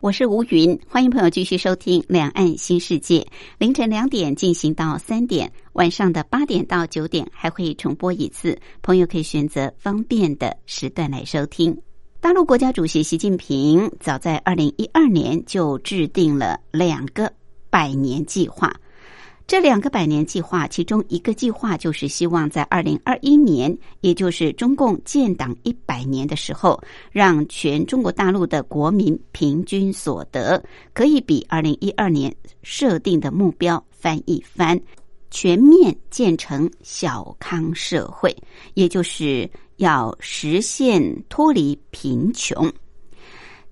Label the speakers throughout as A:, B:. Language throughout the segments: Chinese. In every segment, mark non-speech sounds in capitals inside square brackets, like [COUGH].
A: 我是吴云，欢迎朋友继续收听《两岸新世界》。凌晨两点进行到三点，晚上的八点到九点还会重播一次，朋友可以选择方便的时段来收听。大陆国家主席习近平早在二零一二年就制定了两个百年计划，这两个百年计划，其中一个计划就是希望在二零二一年，也就是中共建党一百年的时候，让全中国大陆的国民平均所得可以比二零一二年设定的目标翻一番，全面建成小康社会，也就是要实现脱离贫穷。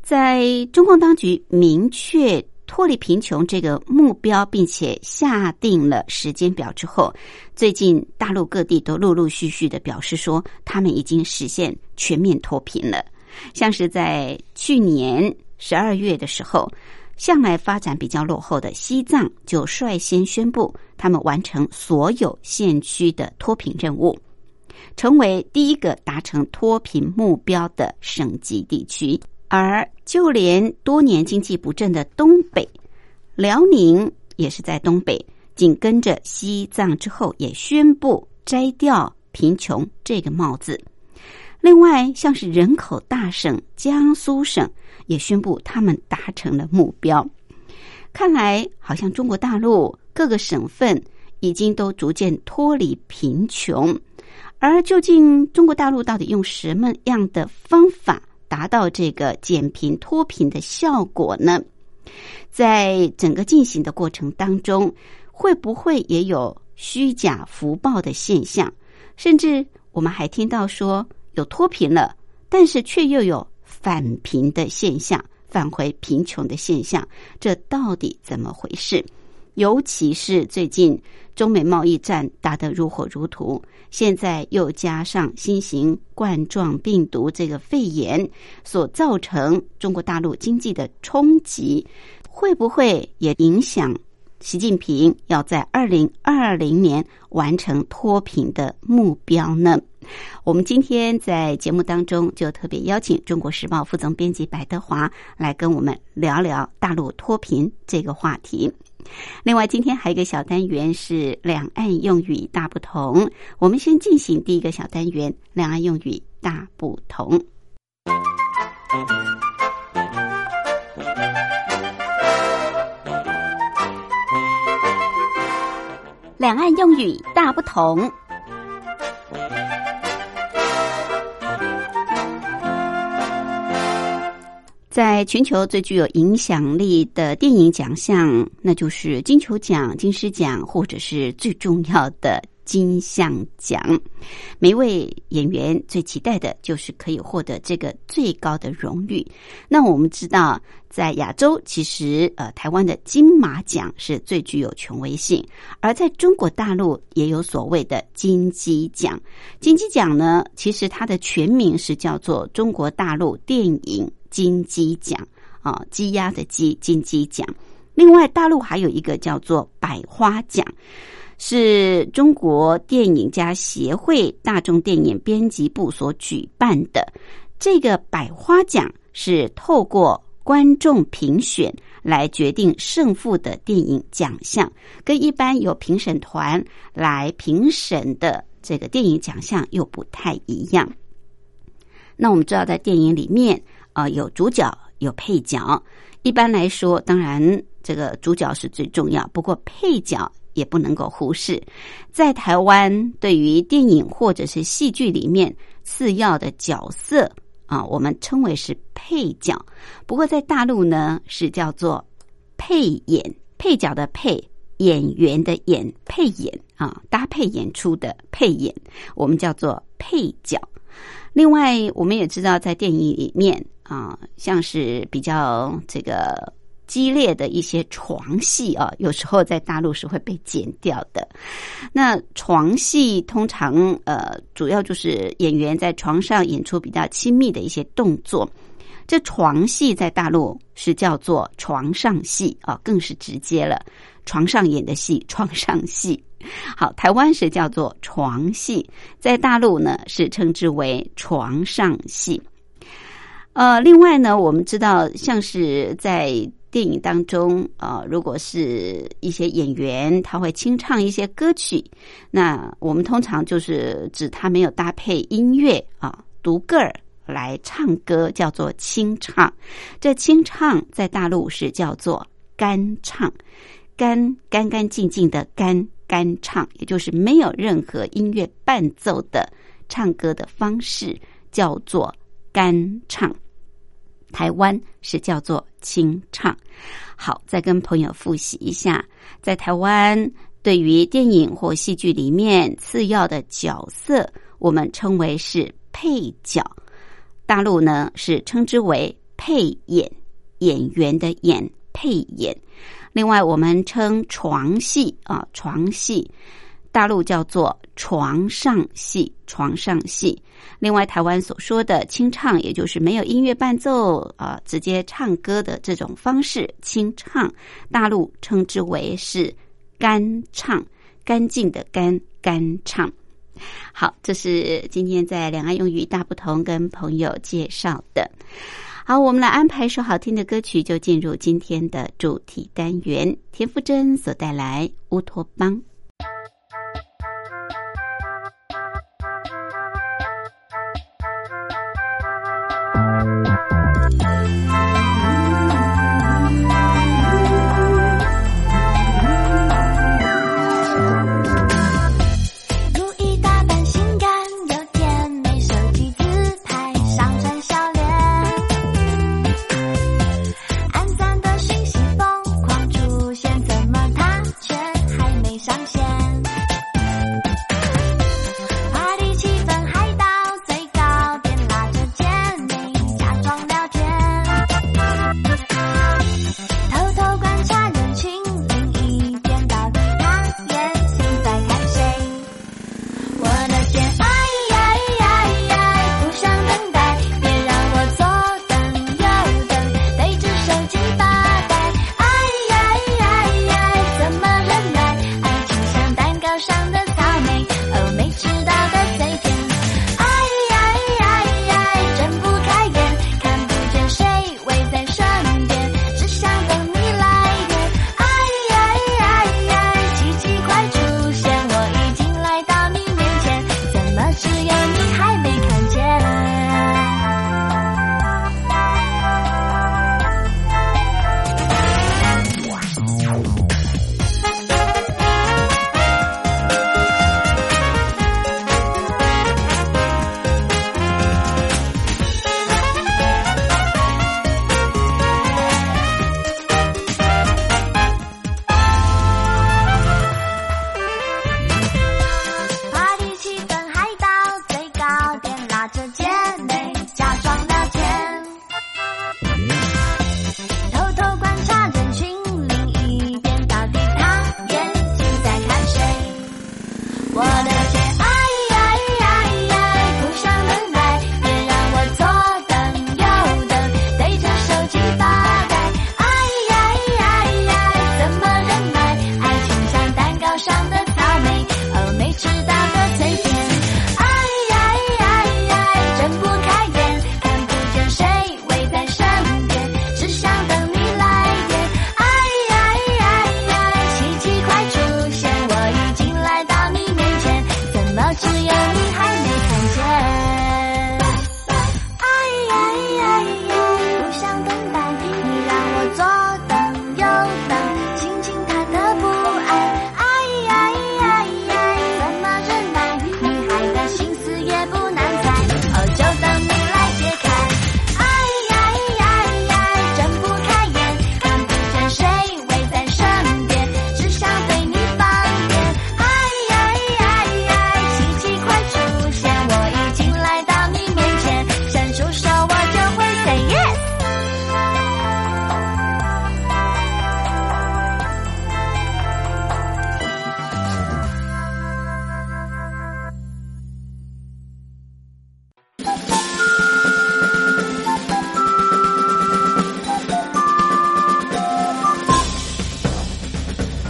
A: 在中共当局明确脱离贫穷这个目标，并且下定了时间表之后，最近大陆各地都陆陆续续的表示说，他们已经实现全面脱贫了。像是在去年十二月的时候，向来发展比较落后的西藏就率先宣布，他们完成所有县区的脱贫任务，成为第一个达成脱贫目标的省级地区。而就连多年经济不振的东北，辽宁也是在东北，紧跟着西藏之后，也宣布摘掉贫穷这个帽子。另外，像是人口大省江苏省也宣布他们达成了目标。看来，好像中国大陆各个省份已经都逐渐脱离贫穷。而究竟中国大陆到底用什么样的方法达到这个减贫脱贫的效果呢？在整个进行的过程当中，会不会也有虚假福报的现象？甚至我们还听到说有脱贫了，但是却又有返贫的现象，返回贫穷的现象，这到底怎么回事？尤其是最近中美贸易战打得如火如荼，现在又加上新型冠状病毒这个肺炎所造成中国大陆经济的冲击，会不会也影响习近平要在二零二零年完成脱贫的目标呢？我们今天在节目当中就特别邀请《中国时报》副总编辑白德华来跟我们聊聊大陆脱贫这个话题。另外，今天还有一个小单元是两岸用语大不同。我们先进行第一个小单元：两岸用语大不同。两岸用语大不同。在全球最具有影响力的电影奖项，那就是金球奖、金狮奖，或者是最重要的金像奖。每位演员最期待的就是可以获得这个最高的荣誉。那我们知道，在亚洲，其实呃，台湾的金马奖是最具有权威性，而在中国大陆也有所谓的金鸡奖。金鸡奖呢，其实它的全名是叫做中国大陆电影金鸡奖啊，鸡鸭的鸡，金鸡奖。另外，大陆还有一个叫做百花奖，是中国电影家协会大众电影编辑部所举办的。这个百花奖是透过观众评选来决定胜负的电影奖项，跟一般有评审团来评审的这个电影奖项又不太一样。那我们知道，在电影里面，呃，有主角，有配角。一般来说，当然这个主角是最重要，不过配角也不能够忽视。在台湾，对于电影或者是戏剧里面次要的角色啊，我们称为是配角。不过在大陆呢，是叫做配演，配角的配，演员的演，配演啊、啊搭配演出的配演，我们叫做配角。另外，我们也知道在电影里面啊，像是比较这个。激烈的一些床戏啊，有时候在大陆是会被剪掉的。那床戏通常呃，主要就是演员在床上演出比较亲密的一些动作。这床戏在大陆是叫做床上戏啊，更是直接了。床上演的戏，床上戏。 [LAUGHS] 好，台湾是叫做床戏，在大陆呢是称之为床上戏。呃，另外呢，我们知道像是在电影当中，呃，如果是一些演员，他会清唱一些歌曲，那我们通常就是指他没有搭配音乐啊，独个儿来唱歌，叫做清唱。这清唱在大陆是叫做干唱，干干干净净的干干唱，也就是没有任何音乐伴奏的唱歌的方式，叫做干唱。台湾是叫做清唱。好，再跟朋友复习一下，在台湾对于电影或戏剧里面次要的角色，我们称为是配角；大陆呢是称之为配演，演员的演配演。另外，我们称床戏啊，床戏。大陆叫做床上戏，床上戏。另外，台湾所说的清唱，也就是没有音乐伴奏啊、呃，直接唱歌的这种方式，清唱，大陆称之为是干唱，干净的干干唱。好，这是今天在两岸用语大不同跟朋友介绍的。好，我们来安排一首好听的歌曲，就进入今天的主题单元，田馥甄所带来《乌托邦》。
B: 撸一大半性感又甜美手机自拍，上传笑脸。按赞的讯息疯狂出现，怎么他却还没上线？哎哎哎哎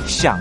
C: 想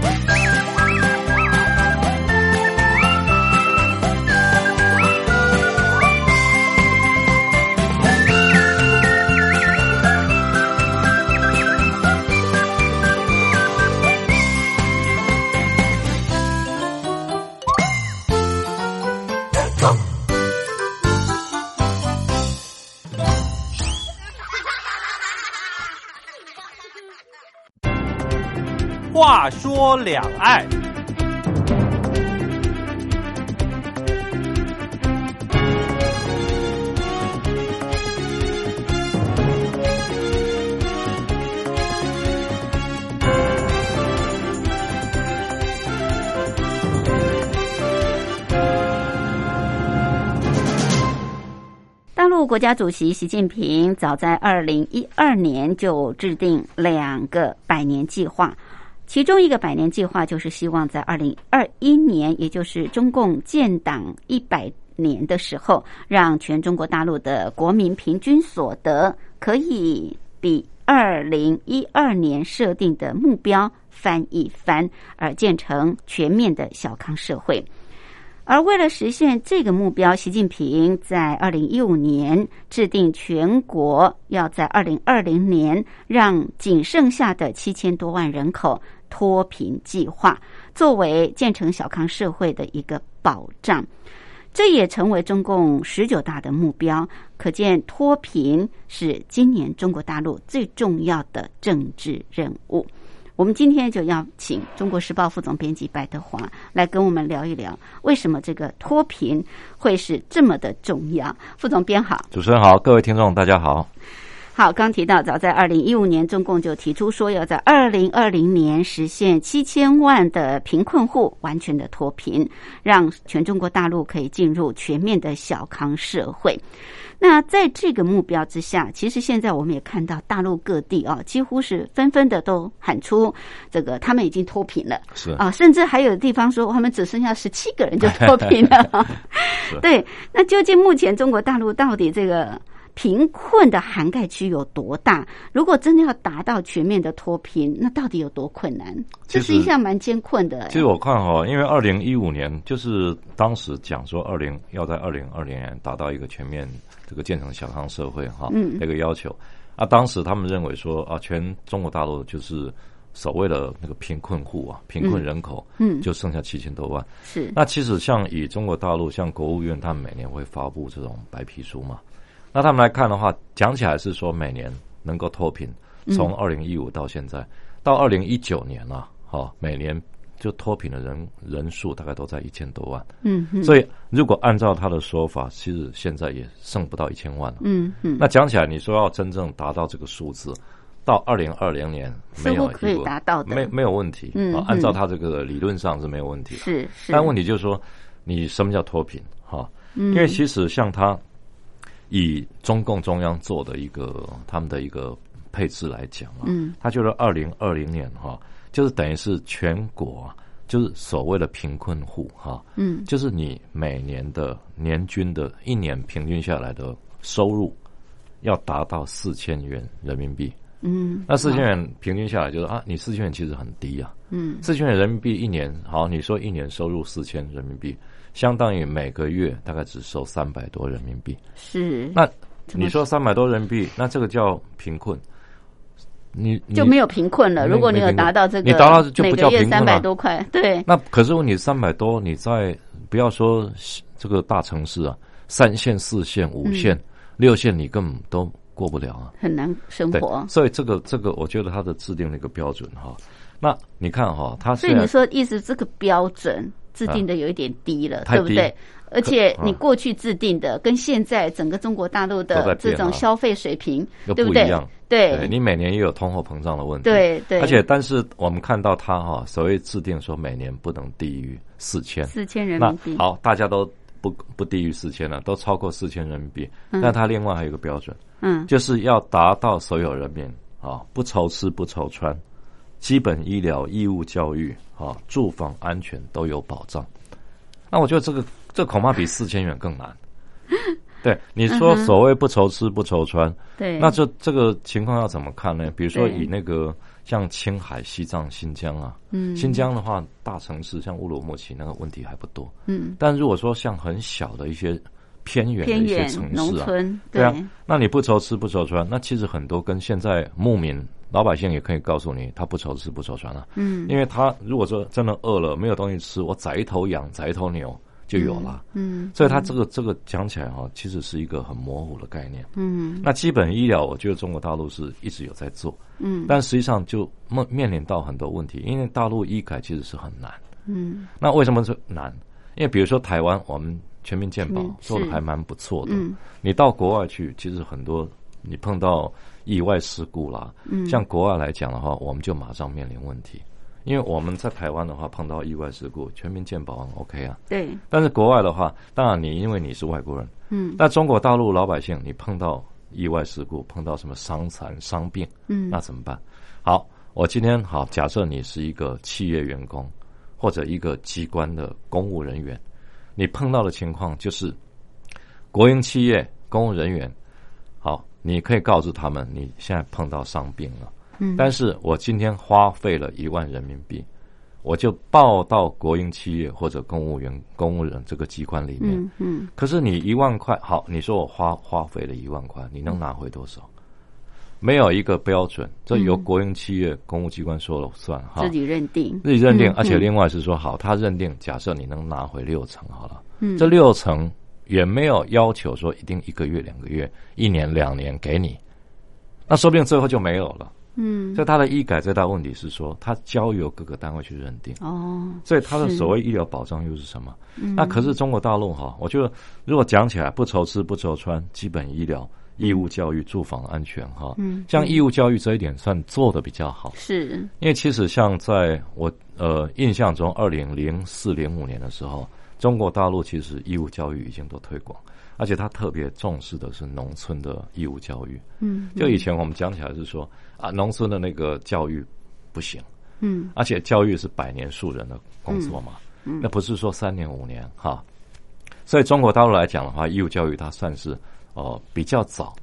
C: 话说两岸，
A: 大陆国家主席习近平早在二零一二年就制定两个百年计划，其中一个百年计划就是希望在二零二一年，也就是中共建党一百年的时候，让全中国大陆的国民平均所得可以比二零一二年设定的目标翻一番，而建成全面的小康社会。而为了实现这个目标，习近平在二零一五年制定全国要在二零二零年让仅剩下的七千多万人口脱贫计划，作为建成小康社会的一个保障。这也成为中共十九大的目标。可见，脱贫是今年中国大陆最重要的政治任务。我们今天就要请《中国时报》副总编辑白德华来跟我们聊一聊，为什么这个脱贫会是这么的重要。副总编好。
D: 主持人好，各位听众大家好。
A: 好，刚提到，早在二零一五年，中共就提出说要在二零二零年实现七千万的贫困户完全的脱贫，让全中国大陆可以进入全面的小康社会。那在这个目标之下，其实现在我们也看到大陆各地啊，几乎是纷纷的都喊出这个他们已经脱贫了。
D: 是
A: 啊，甚至还有地方说他们只剩下十七个人
D: [LAUGHS]
A: 就脱贫了。对，那究竟目前中国大陆到底这个贫困的涵盖区有多大？如果真的要达到全面的脱贫，那到底有多困难？这
D: 其
A: 是
D: 实
A: 一项蛮艰困的、哎
D: 其实我看哈、因为二零一五年就是当时讲说二零要在二零二零年达到一个全面这个建成小康社会哈、
A: 嗯
D: 那个要求啊，当时他们认为说啊，全中国大陆就是所谓的那个贫困户啊，贫困人口
A: 嗯，
D: 就剩下七千多万。
A: 是
D: 那其实像以中国大陆，像国务院，他们每年会发布这种白皮书嘛。那他们来看的话，讲起来是说每年能够脱贫，
A: 嗯
D: 从二零一五到现在，到二零一九年啊，哦，每年就脱贫的人人数大概都在一千多万。
A: 嗯嗯
D: 所以如果按照他的说法，其实现在也剩不到一千万了。
A: 嗯嗯，
D: 那讲起来，你说要真正达到这个数字，到二零二零年没
A: 似
D: 有
A: 乎可以
D: 一个
A: 达到的
D: 没没有问题。
A: 嗯
D: 啊按照
A: 嗯
D: 他这个理论上是没有问题的。
A: 是是，
D: 但问题就是说，你什么叫脱贫？哈、
A: 嗯
D: 因为其实像他以中共中央做的一个他们的一个配置来讲啊，
A: 嗯
D: 他觉得二零二零年哈、就是等于是全国、啊、就是所谓的贫困户哈、
A: 嗯
D: 就是你每年的年均的一年平均下来的收入要达到四千元人民币。
A: 嗯
D: 那四千元平均下来就是啊，你四千元其实很低啊，
A: 嗯
D: 四千元人民币一年，好，你说一年收入四千人民币，相当于每个月大概只收三百多人民币。
A: 是，
D: 那
A: 怎么
D: 你说三百多人民币，那这个叫贫困？你你
A: 就没有贫困了。
D: 没
A: 如果你有
D: 没贫困
A: 达到这个，
D: 你达到就
A: 每
D: 不
A: 个
D: 叫
A: 月
D: 贫
A: 三
D: 困
A: 百
D: 了
A: 多块，对，
D: 那可是问你三百多，你在不要说这个大城市啊，三线、四线、五线、
A: 嗯
D: 六线，你根本都过不了啊。
A: 很难生
D: 对啊
A: 活，。
D: 所以这个这个，我觉得它的制定了一个标准哈。那你看哈，它
A: 所
D: 虽
A: 以
D: 然
A: 你说意思这个标准制定的有一点低了，
D: 啊太
A: 对不对
D: 低？
A: 而且
D: 可
A: 你
D: 啊
A: 过去制定的跟现在整个中国大陆
D: 都在
A: 的这
D: 变
A: 种
D: 啊
A: 消费水平，
D: 又
A: 对
D: 不
A: 对
D: 一样？对
A: 对
D: 你每年也有通货膨胀的问题，，
A: 对对，
D: 而且但是我们看到它哈，所谓制定说每年不能低于四千，
A: 四千人
D: 那
A: 民币，
D: 好，大家都不不低于四千了，都超过四千人民币。
A: 嗯
D: 那它另外还有一个标准，
A: 嗯
D: 就是要达到所有人民啊，不愁吃不愁穿，基本医疗、义务教育啊、住房安全都有保障。那我觉得这个这恐怕比四千元更
A: [LAUGHS]
D: 难。对你
A: 嗯
D: 说所谓不愁吃不愁穿，
A: 对，
D: 那这这个情况要怎么看呢？比如说
A: 对
D: 以那个像青海、西藏、新疆啊，
A: 嗯
D: 新疆的话，大城市像乌鲁木齐那个问题还不多，
A: 嗯
D: 但如果说像很小的一些偏远的
A: 偏
D: 一些
A: 远
D: 城
A: 农
D: 市啊，
A: 村，
D: 对啊，那你不愁吃不愁穿，那其实很多跟现在牧民老百姓也可以告诉你，他不愁吃不愁穿啊，
A: 嗯
D: 因为他如果说真的饿了没有东西吃，我宰一头羊宰一头牛就有了，
A: 嗯
D: 所以他这个这个讲起来哈、其实是一个很模糊的概念。
A: 嗯
D: 那基本医疗，我觉得中国大陆是一直有在做，
A: 嗯
D: 但实际上就面面临到很多问题，因为大陆医改其实是很难。
A: 嗯
D: 那为什么是难？因为比如说台湾，我们全民健保
A: 嗯是
D: 做的还蛮不错的。
A: 嗯
D: 你到国外去，其实很多你碰到意外事故啦，
A: 嗯，
D: 像国外来讲的话，我们就马上面临问题。因为我们在台湾的话，碰到意外事故，全民健保很 OK 啊。
A: 对，
D: 但是国外的话，当然你因为你是外国人，
A: 嗯
D: 那中国大陆老百姓，你碰到意外事故，碰到什么伤残、伤病，
A: 嗯
D: 那怎么办？好，我今天好，假设你是一个企业员工或者一个机关的公务人员，你碰到的情况就是国营企业公务人员，好，你可以告知他们你现在碰到伤病了，
A: 嗯，
D: 但是我今天花费了一万人民币。我就报到国营企业或者公务员、公务人这个机关里面，
A: 嗯嗯
D: 可是你一万块，好，你说我花花费了一万块，你能拿回多少？没有一个标准，这由
A: 嗯
D: 国营企业、公务机关说了算哈
A: 自，己认定，
D: 自己认定
A: 嗯。
D: 而且
A: 嗯
D: 另外是说，好，他认定，假设你能拿回六成好了，
A: 嗯
D: 这六成也没有要求说一定一个月、两个月、一年、两年给你，那说不定最后就没有了。
A: 嗯
D: 所以他的医改最大问题是说，他交由各个单位去认定。
A: 哦，
D: 所以它的
A: 是
D: 所谓医疗保障又是什么？
A: 嗯
D: 那可是中国大陆哈，我觉得如果讲起来不愁吃不愁穿，基本医疗、义务教育、住房安全哈，
A: 嗯
D: 像
A: 嗯
D: 义务教育这一点算做的比较好，
A: 是
D: 因为其实像在我呃印象中，二零零四零五年的时候，中国大陆其实义务教育已经都推广，而且它特别重视的是农村的义务教育。
A: 嗯
D: 就以前我们讲起来是说啊，农村的那个教育不行。
A: 嗯
D: 而且教育是百年树人的工作嘛，那不是说三年五年哈。所以中国大陆来讲的话，义务教育它算是哦、呃比较早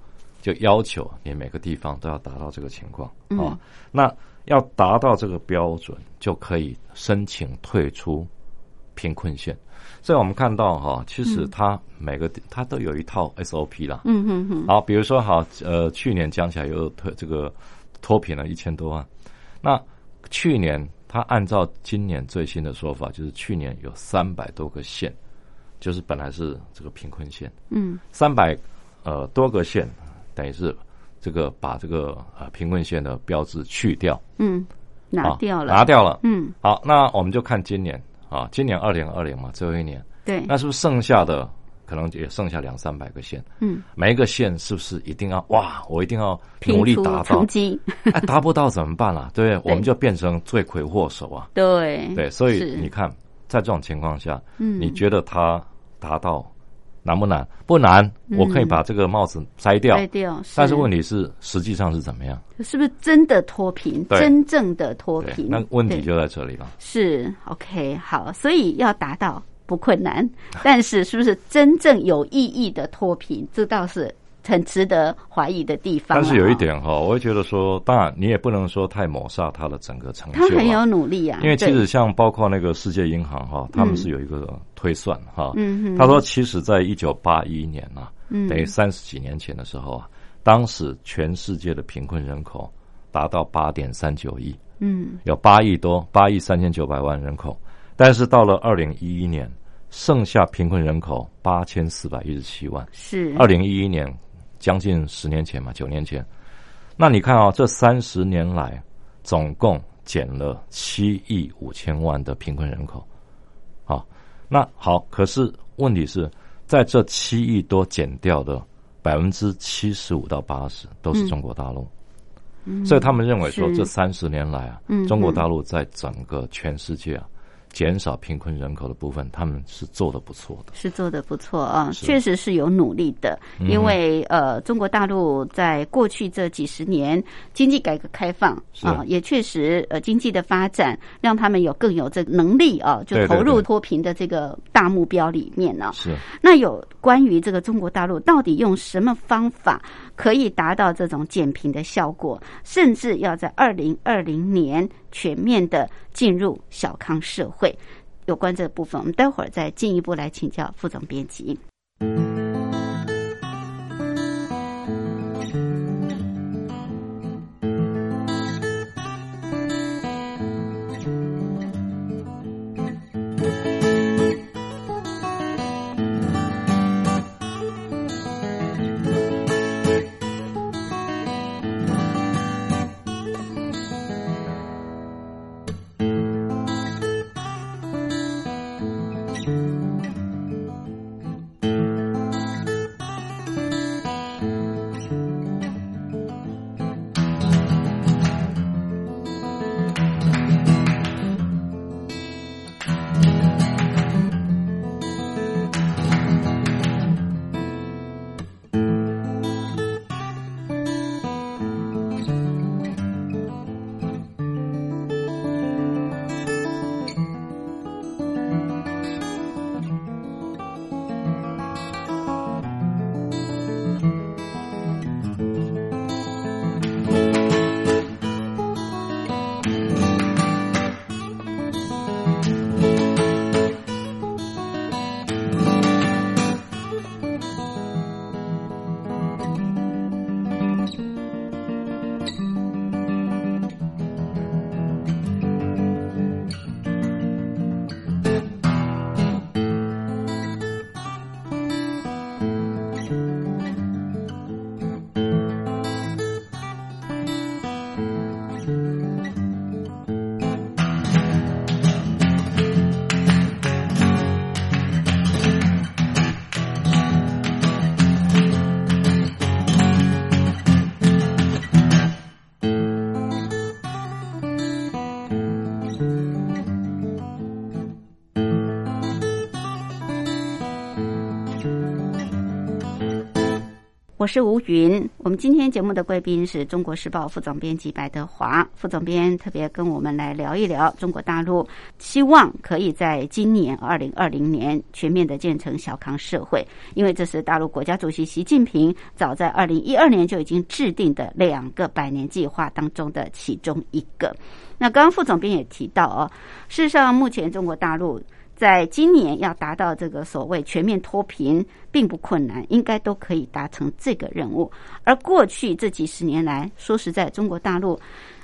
D: 就要求你每个地方都要达到这个情况啊、
A: 嗯
D: 那要达到这个标准，就可以申请退出贫困县。所以我们看到哈、其实它每个地它都有一套 SOP 啦。
A: 嗯嗯嗯
D: 好，比如说好，呃，去年讲起来又脱这个脱贫了一千多万，那去年他按照今年最新的说法，就是去年有三百多个县，就是本来是这个贫困县，
A: 嗯
D: 三百呃多个县，等于是这个把这个呃贫困县的标志去掉，
A: 嗯，拿
D: 啊
A: 掉了，
D: 拿掉了。
A: 嗯
D: 好，那我们就看今年啊，今年二零二零嘛，最后一年，
A: 对，
D: 那是不是剩下的可能也剩下两三百个县？
A: 嗯
D: 每一个县是不是一定要哇？我一定要努力
A: 拼出
D: 达到
A: 成，绩，
D: 哎，达不到怎么办啊？对不对？
A: 对
D: 我们就变成罪魁祸首啊！
A: 对
D: 对，所以
A: 是
D: 你看，在这种情况下，
A: 嗯
D: 你觉得他达到难不难？不难，我可以把这个帽子摘掉。
A: 对嗯掉，
D: 但是问
A: 题
D: 题是，实际上是怎么样？
A: 是不是真的脱贫，
D: 对
A: 真正的脱
D: 对
A: 贫，？
D: 那问题
A: 对
D: 就在这里了。
A: 是 OK 好，所以要达到不困难，但是是不是真正有意义的脱贫，这倒是很值得怀疑的地方。啊
D: 但是有一，点哈，我会觉得说，当然你也不能说太抹杀他的整个成就、
A: 他
D: 啊。
A: 很有努力啊，
D: 因为其
A: 对
D: 实像包括那个世界银行哈，他们
A: 嗯
D: 是有一个推算哈，
A: 嗯哼
D: 他说其实在一九八一年啊，
A: 嗯
D: 等于三十几年前的时候啊，当时全世界的贫困人口达到八点三九亿，
A: 嗯
D: 有八亿多，八亿三千九百万人口，但是到了二零一一年，剩下贫困人口八千四百一十七万，
A: 是
D: 二零一一年，将近十年前嘛，九年前。那你看啊、这三十年来，总共减了七亿五千万的贫困人口。啊，那好，可是问题是在这七亿多减掉的百分之七十五到八十都是中国大陆。所以他们认为说，
A: 嗯是
D: 这三十年来啊，
A: 嗯
D: 中国大陆在整个全世界啊，减少贫困人口的部分，他们是做的不错的。
A: 是做的不错啊，
D: 是
A: 确实是有努力的。
D: 嗯
A: 因为呃，中国大陆在过去这几十年经济改革开放
D: 是
A: 啊，也确实呃经济的发展让他们有更有这个能力啊，就
D: 对对
A: 投入
D: 对
A: 脱贫的这个大目标里面啊呢、
D: 是
A: 那有关于这个中国大陆到底用什么方法可以达到这种减贫的效果，甚至要在二零二零年全面的进入小康社会？有关这部分，我们待会儿再进一步来请教副总编辑。我是吴云。我们今天节目的贵宾是中国时报副总编辑白德华副总编，特别跟我们来聊一聊中国大陆希望可以在今年二零二零年全面的建成小康社会，因为这是大陆国家主席习近平早在二零一二年就已经制定的两个百年计划当中的其中一个。那刚刚副总编也提到哦，事实上目前中国大陆。在今年要达到这个所谓全面脱贫，并不困难，应该都可以达成这个任务。而过去这几十年来，说实在，中国大陆。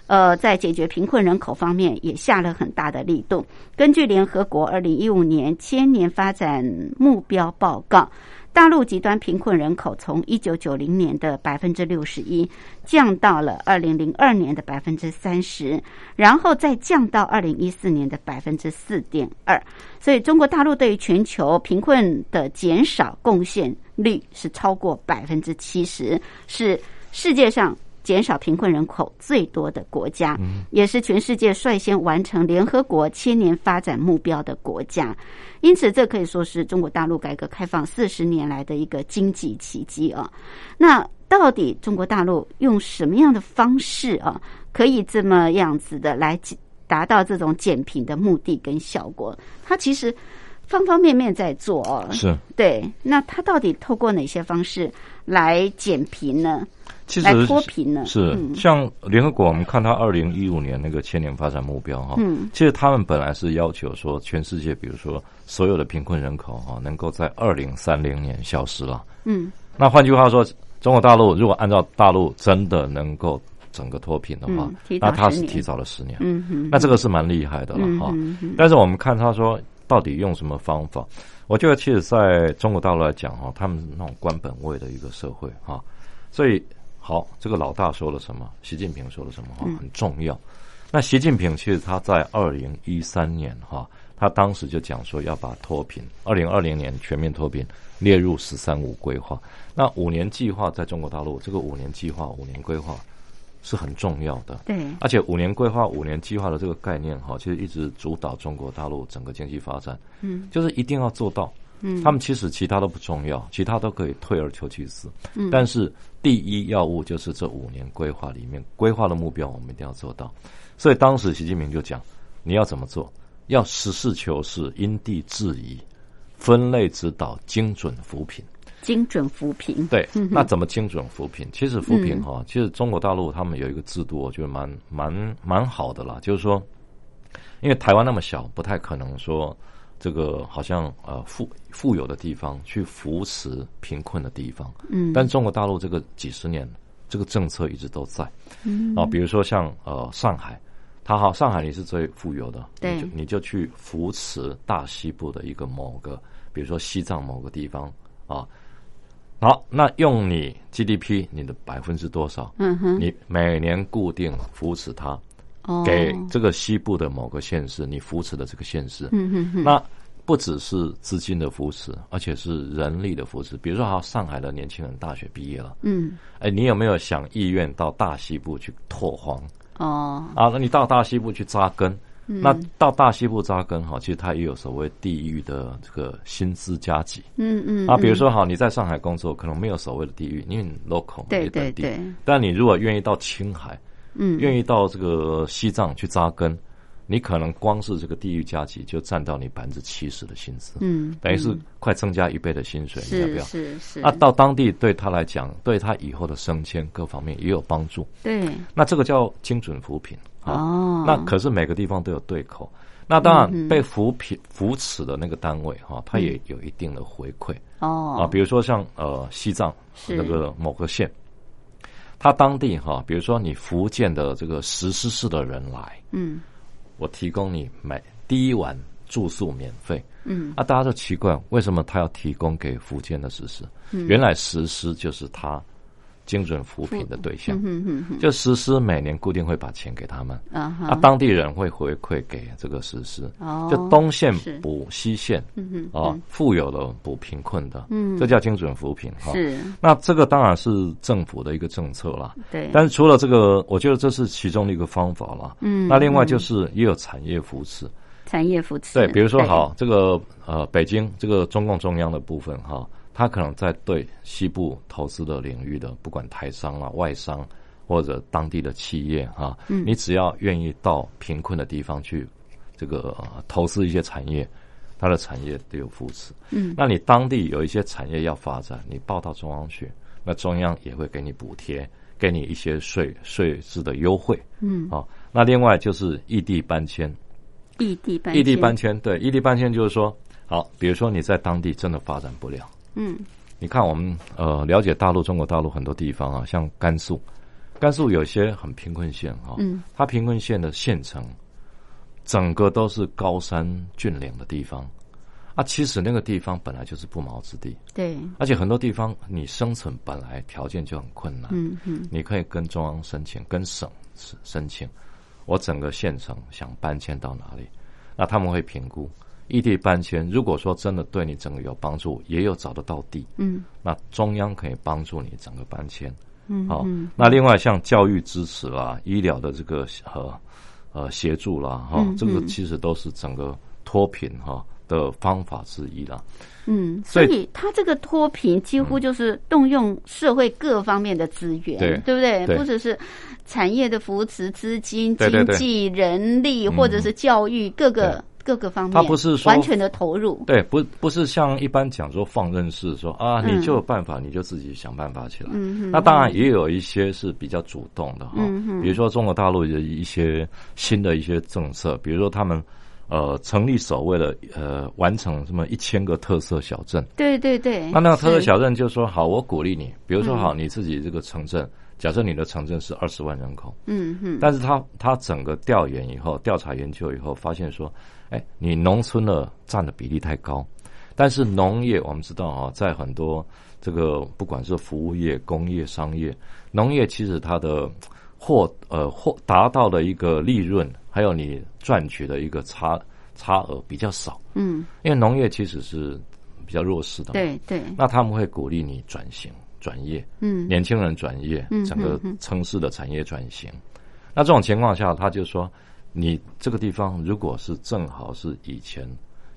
A: 呃，在解决贫困人口方面也下了很大的力度。根据联合国二零一五年千年发展目标报告，大陆极端贫困人口从一九九零年的百分之六十一降到了二零零二年的百分之三十，然后再降到二零一四年的百分之四点二。所以，中国大陆对于全球贫困的减少贡献率是超过百分之七十，是世界上减少贫困人口最多的国家，也是全世界率先完成联合国千年发展目标的国家。因此，这可以说是中国大陆改革开放四十年来的一个经济奇迹啊。那到底中国大陆用什么样的方式啊，可以这么样子的来达到这种减贫的目的跟效果？它其实方方面面在做哦。
D: 是，
A: 对，那它到底透过哪些方式来减贫呢？
D: 其
A: 来
D: 实
A: 脱贫呢？
D: 是
A: 嗯
D: 像联合国，我们看它二零一五年那个千年发展目标哈，
A: 嗯
D: 其实他们本来是要求说，全世界比如说所有的贫困人口哈，能够在二零三零年消失了。
A: 嗯
D: 那换句话说，中国大陆如果按照大陆真的能够整个脱贫的话
A: 嗯，提早
D: 那它
A: 10
D: 是
A: 年
D: 提早了十年，
A: 嗯哼，
D: 那这个是蛮厉害的了
A: 嗯
D: 哈。
A: 哼哼
D: 但是我们看他说到底用什么方法，我觉得其实在中国大陆来讲哈，他们是那种官本位的一个社会哈，所以好，这个老大说了什么，习近平说了什么话
A: 嗯
D: 很重要。那习近平其实他在二零一三年哈，他当时就讲说要把脱贫，二零二零年全面脱贫列入“十三五”规划。那五年计划在中国大陆，这个五年计划、五年规划是很重要的。
A: 对，
D: 而且五年规划、五年计划的这个概念哈，其实一直主导中国大陆整个经济发展，
A: 嗯
D: 就是一定要做到。
A: 嗯，
D: 他们其实其他都不重要，其他都可以退而求其次。
A: 嗯
D: 但是第一要务就是这五年规划里面规划的目标，我们一定要做到。所以当时习近平就讲，你要怎么做？要实事求是、因地制宜、分类指导、精准扶贫。
A: 精准扶贫，
D: 对，那怎么精准扶贫？其实扶贫哈、其实中国大陆他们有一个制度，我觉得蛮蛮蛮好的啦，就是说，因为台湾那么小，不太可能说这个好像呃富富有的地方去扶持贫困的地方，
A: 嗯，
D: 但中国大陆这个几十年这个政策一直都在，嗯啊，比如说像呃上海。它好，上海你是最富有的，
A: 对
D: 你就你就去扶持大西部的一个某个，比如说西藏某个地方啊，好，那用你 GDP 你的百分之多少？
A: 嗯哼，
D: 你每年固定扶持它，
A: 哦，
D: 给这个西部的某个县市，你扶持的这个县市，
A: 嗯哼哼，
D: 那不只是资金的扶持，而且是人力的扶持。比如说，好，上海的年轻人大学毕业了，
A: 嗯，
D: 哎，你有没有想意愿到大西部去拓荒
A: 哦，
D: 啊？那你到大西部去扎根，
A: 嗯
D: 那到大西部扎根哈，其实它也有所谓地域的这个薪资加急。
A: 嗯嗯，
D: 啊，比
A: 嗯，
D: 如说好，你在上海工作，可能没有所谓的地域，因为你 local 嘛
A: 对
D: 你
A: 对
D: 本地
A: 对，
D: 但你如果愿意到青海，
A: 嗯，
D: 愿意到这个西藏去扎根，你可能光是这个地域加级就占到你百分之七十的薪资，
A: 嗯，
D: 等于是快增加一倍的薪水，你要不
A: 是
D: 要？
A: 是是，
D: 那、到当地对他来讲，对他以后的升迁各方面也有帮助。
A: 对，
D: 那这个叫精准扶贫啊。
A: 哦，
D: 那可是每个地方都有对口。那当
A: 嗯嗯
D: 然，被扶贫扶持的那个单位哈，它也有一定的回馈。
A: 嗯哦
D: 啊，比如说像呃西藏
A: 是
D: 那个某个县，它当地哈、比如说你福建的这个石狮市的人来，
A: 嗯
D: 我提供你每第一晚住宿免费。
A: 嗯
D: 啊，大家就奇怪，为什么他要提供给福建的石狮？
A: 嗯
D: 原来石狮就是他精准扶贫的对象，
A: 嗯嗯嗯，
D: 就石狮每年固定会把钱给他们，
A: 啊
D: 啊，
A: 哈，
D: 当地人会回馈给这个石狮，
A: 哦
D: 就东县
A: 是
D: 补西县，
A: 嗯哼
D: 啊，富有的补贫困的，
A: 嗯
D: 这叫精准扶贫哈。
A: 是，
D: 那这个当然是政府的一个政策啦，
A: 对，
D: 但是除了这个，我觉得这是其中的一个方法啦。
A: 嗯
D: 那另外就是也有产业扶持，
A: 产业扶持，
D: 对，比如说，好，这个呃，北京这个中共中央的部分哈，它可能在对西部投资的领域的，不管台商啦、外商或者当地的企业哈，
A: 嗯
D: 你只要愿意到贫困的地方去，这个、呃投资一些产业，它的产业都有扶持。
A: 嗯，
D: 那你当地有一些产业要发展，你报到中央去，那中央也会给你补贴，给你一些税税制的优惠。
A: 嗯，
D: 好、那另外就是异地搬迁。
A: 异地搬，
D: 异地搬，迁，对，异地搬迁就是说，好，比如说你在当地真的发展不了，
A: 嗯，
D: 你看我们呃了解大陆中国大陆很多地方啊，像甘肃，甘肃有些很贫困县哈、
A: 嗯，
D: 它贫困县的县城，整个都是高山峻岭的地方，啊，其实那个地方本来就是不毛之地，
A: 对，
D: 而且很多地方你生存本来条件就很困难，
A: 嗯嗯
D: 你可以跟中央申请，跟省申申请，我整个县城想搬迁到哪里，那他们会评估异地搬迁。如果说真的对你整个有帮助，也有找得到地，
A: 嗯
D: 那中央可以帮助你整个搬迁。
A: 嗯，
D: 好、那另外像教育支持啦、医疗的这个呃呃协助啦，哈、
A: 嗯
D: 这个
A: 嗯
D: 其实都是整个脱贫哈、的方法之一啦。
A: 嗯，所
D: 所以嗯
A: 以他这个脱贫几乎就是动用社会各方面的资源，
D: 对
A: 对不对？
D: 对
A: 不只是产业的扶持、资金、
D: 对对
A: 经
D: 对嗯
A: 济、人力，或者是教育各个各个方面，
D: 他不是说
A: 完全的投入，
D: 对，不不是像一般讲说放任式说啊，
A: 嗯
D: 你就有办法，你就自己想办法起来。
A: 嗯哼
D: 那当然也有一些是比较主动的哈，
A: 嗯哼
D: 比如说中国大陆的一些新的一些政策，比如说他们呃成立所谓的呃完成什么一千个特色小镇，
A: 对对对。
D: 那那个特色
A: 是嗯
D: 小镇就说好，我鼓励你，比如说好，你自己这个城镇，假设你的城镇是二十万人口，
A: 嗯嗯，
D: 但是他他整个调研以后，调查研究以后，发现说，哎，你农村的占的比例太高，但是农业我们知道啊，在很多这个不管是服务业、工业、商业，农业其实它的获呃获达到的一个利润，还有你赚取的一个差差额比较少，
A: 嗯，
D: 因为农业其实是比较弱势的嘛，
A: 对对，
D: 嗯那他们会鼓励你转型。转业，
A: 嗯
D: 年轻人转业
A: 嗯，
D: 整个
A: 嗯嗯
D: 城市的产业转型。那这种情况下，他就说，你这个地方如果是正好是以前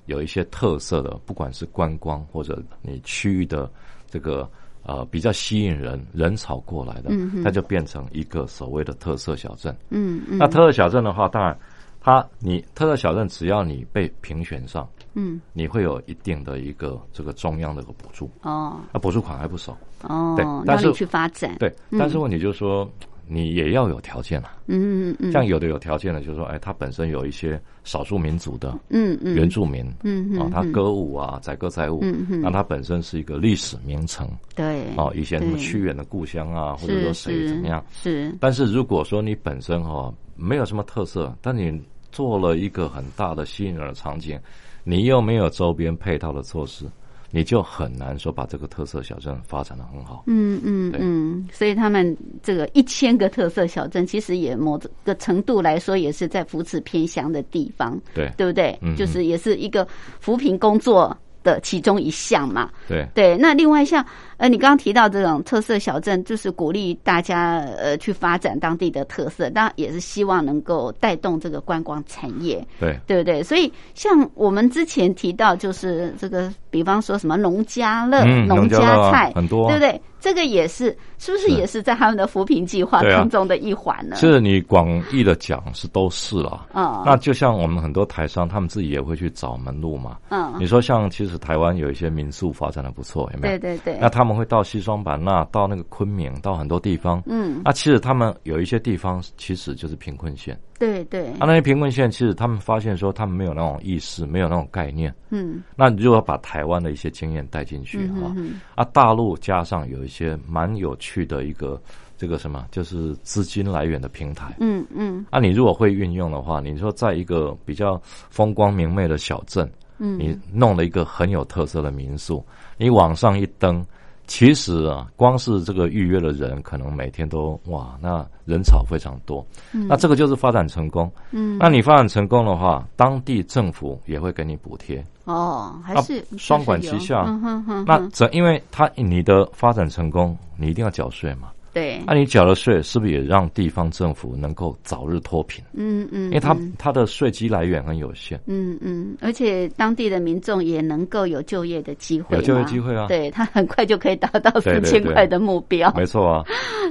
D: 有一些特色的，不管是观光或者你区域的这个呃比较吸引人人潮过来的
A: 嗯嗯，
D: 它就变成一个所谓的特色小镇。
A: 嗯嗯，
D: 那特色小镇的话，当然，它你特色小镇只要你被评选上，
A: 嗯
D: 你会有一定的一个这个中央的一个补助，
A: 哦
D: 那啊补助款还不少。对
A: 哦，
D: 但
A: 让你
D: 是
A: 去发展，
D: 对，但是问题就是说，你也要有条件啊。
A: 嗯，嗯嗯
D: 像有的有条件的，就是说，哎，他本身有一些少数民族的
A: 嗯嗯
D: 原住民
A: 嗯嗯
D: 啊，他歌舞啊，载歌载舞
A: 嗯，嗯
D: 那他本身是一个历史名城
A: 对
D: 啊，以前什么
A: 对
D: 屈原的故乡啊，或者
A: 是
D: 说谁
A: 是
D: 怎么样。
A: 是
D: 但是如果说你本身哈没有什么特色，但你做了一个很大的吸引人的场景，你又没有周边配套的措施，你就很难说把这个特色小镇发展的很好。
A: 嗯嗯
D: 对
A: 嗯，所以他们这个一千个特色小镇，其实也某个程度来说，也是在扶持偏乡的地方，
D: 对
A: 对不对？
D: 嗯嗯
A: 就是也是一个扶贫工作的其中一项嘛。
D: 对
A: 对，那另外像呃，你刚刚提到这种特色小镇，就是鼓励大家呃去发展当地的特色，当然也是希望能够带动这个观光产业。
D: 对
A: 对不对？所以像我们之前提到，就是这个，比方说什么农家乐、
D: 嗯
A: 农
D: 农家乐
A: 家
D: 啊
A: 菜，
D: 很多啊
A: 对不对？这个也是，是不是
D: 是
A: 也是在他们的扶贫计划
D: 对啊
A: 当中的一环呢？
D: 是啊你广义的讲是都是啦。
A: 嗯
D: 那就像我们很多台商，他们自己也会去找门路嘛。
A: 嗯，
D: 你说像其实台湾有一些民宿发展的不错，有没有？
A: 对对对，
D: 那他们会到西双版纳、到那个昆明、到很多地方。
A: 嗯，
D: 那其实他们有一些地方其实就是贫困县。
A: 对对，
D: 啊，那些贫困县其实他们发现说，他们没有那种意识，没有那种概念。
A: 嗯
D: 那你就要把台湾的一些经验带进去
A: 嗯
D: 啊
A: 嗯，嗯，
D: 啊，大陆加上有一些蛮有趣的一个这个什么，就是资金来源的平台。
A: 嗯嗯
D: 啊，你如果会运用的话，你说在一个比较风光明媚的小镇，
A: 嗯，
D: 你弄了一个很有特色的民宿，你往上一登，其实啊，光是这个预约的人，可能每天都哇，那人潮非常多。那这个就是发展成功。
A: 嗯，
D: 那你发展成功的话，当地政府也会给你补贴。
A: 哦，还
D: 啊
A: 是
D: 双管
A: 就是有
D: 齐下
A: 嗯哼哼，
D: 那
A: 哼
D: 整，因为他你的发展成功，你一定要缴税嘛。
A: 对
D: 那、，你缴了税，是不是也让地方政府能够早日脱贫？
A: 嗯嗯，
D: 因为它
A: 嗯
D: 它的税基来源很有限。
A: 嗯嗯，而且当地的民众也能够有就业的机会嘛，
D: 有就业机会啊
A: 对他很快就可以达到
D: 对
A: 四
D: 对
A: 千
D: 对
A: 块的目标。
D: 没
A: [LAUGHS]
D: 错啊，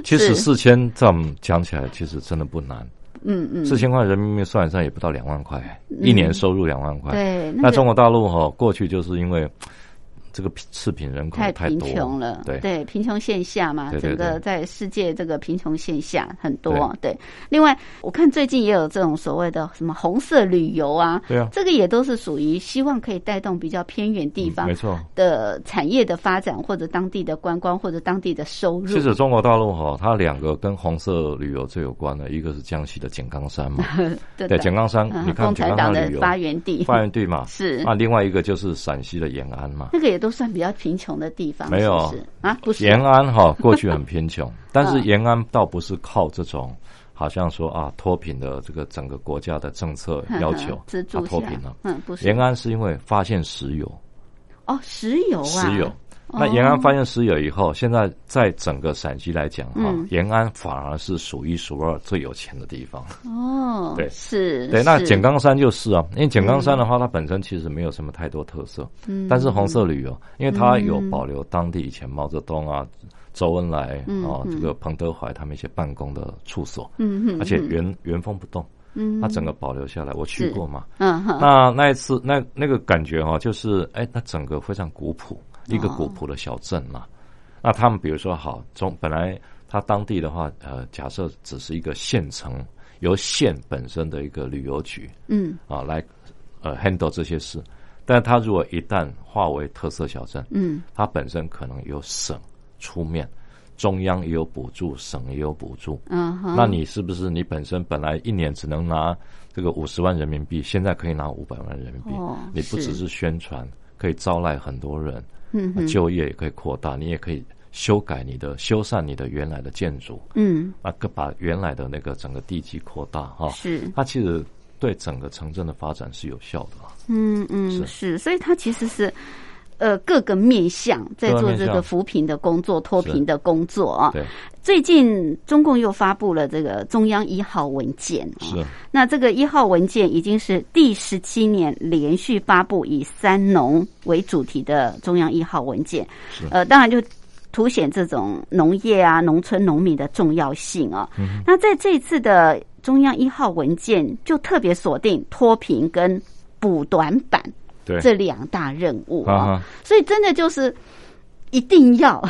D: 其实
A: 哦是
D: 四千这么讲起来，其实真的不难。
A: 嗯嗯，
D: 四千块人民币算一算也不到两万块，一年收入两万块。
A: 对，
D: 那
A: 个
D: 中国大陆哈、过去就是因为这个赤贫人口
A: 太
D: 太
A: 贫
D: 多，
A: 穷了，
D: 对
A: 贫穷现象嘛，
D: 对对
A: 整个
D: 对
A: 在世界这个贫穷现象很多。对，另外我看最近也有这种所谓的什么红色旅游啊，
D: 对啊，
A: 这个也都是属于希望可以带动比较偏远地方
D: 嗯没错。
A: 的产业的发展，或者当地的观光，或者当地的收入
D: 其。实中国大陆哈、它两个跟红色旅游最有关的，一个是江西的井冈山嘛，
A: [LAUGHS] 对
D: 对，井冈山，
A: 嗯
D: 你看
A: 共
D: 井
A: 产
D: 冈
A: 党
D: 山
A: 的
D: 旅游
A: 发 [LAUGHS] 源地
D: 发源地啊嘛，
A: 是
D: 那另外一个就是陕西的延安嘛，
A: 那个也都算比较贫穷的地方，
D: 没有
A: 是不是啊，不是
D: 延
A: [LAUGHS]
D: 安哈、过去很贫穷，但是
A: 嗯
D: 延安倒不是靠这种。好像说啊，脱贫的这个整个国家的政策
A: 呵呵
D: 要求，
A: [LAUGHS] 资
D: 啊
A: 嗯助
D: 脱
A: 下
D: 贫了。
A: 嗯，不是
D: 延安是因为发现石油，
A: 哦，石油啊，
D: 石油。
A: 哦
D: 那延安发现石油以后，现在在整个陕西来讲哈
A: 嗯，
D: 延安反而是数一数二最有钱的地方。
A: 哦，
D: 对
A: 是，
D: 对，那
A: 是
D: 井冈山就是啊，因为井冈山的话，它本身其实没有什么太多特色，
A: 嗯
D: 但是红色旅游，因为它有保留当地以前毛泽东啊、周恩来啊、这个彭德怀他们一些办公的处所，
A: 嗯哼，
D: 而且原原封不动，
A: 嗯
D: 它整个保留下来。我去
A: 是
D: 过嘛，
A: 嗯哼，
D: 那那一次，那那个感觉哈、就是哎，那整个非常古朴，一个
A: 哦
D: 古朴的小镇嘛。那他们比如说好，从本来他当地的话，呃，假设只是一个县城，由县本身的一个旅游局
A: 嗯
D: 啊来呃 handle 这些事，但他如果一旦化为特色小镇，
A: 嗯
D: 它本身可能由省出面，中央也有补助，省也有补助，
A: 嗯哼，
D: 那你是不是你本身本来一年只能拿这个五十万人民币，现在可以拿五百万人民币？
A: 哦
D: 你不只
A: 是
D: 是宣传，可以招来很多人，
A: 嗯哼
D: 就业也可以扩大，你也可以修改你的修缮你的原来的建筑，
A: 嗯
D: 啊，个把原来的那个整个地基扩大哈。
A: 是
D: 它其实对整个城镇的发展是有效的啊。
A: 嗯嗯
D: 是
A: 是，所以它其实是。呃各个面向在
D: 各个
A: 做
D: 面
A: 这个
D: 向
A: 扶贫的工作、脱贫的工作啊。
D: 对，
A: 最近中共又发布了这个中央一号文件啊，
D: 是
A: 那这个一号文件已经是第十七年连续发布以三农为主题的中央一号文件
D: 是，
A: 呃，当然就凸显这种农业啊、农村农民的重要性啊。
D: 嗯
A: 那在这次的中央一号文件就特别锁定脱贫跟补短板
D: 对，
A: 这两大任务
D: 哈
A: 啊，
D: 哈，
A: 所以真的就是。一定
D: [LAUGHS]
A: 要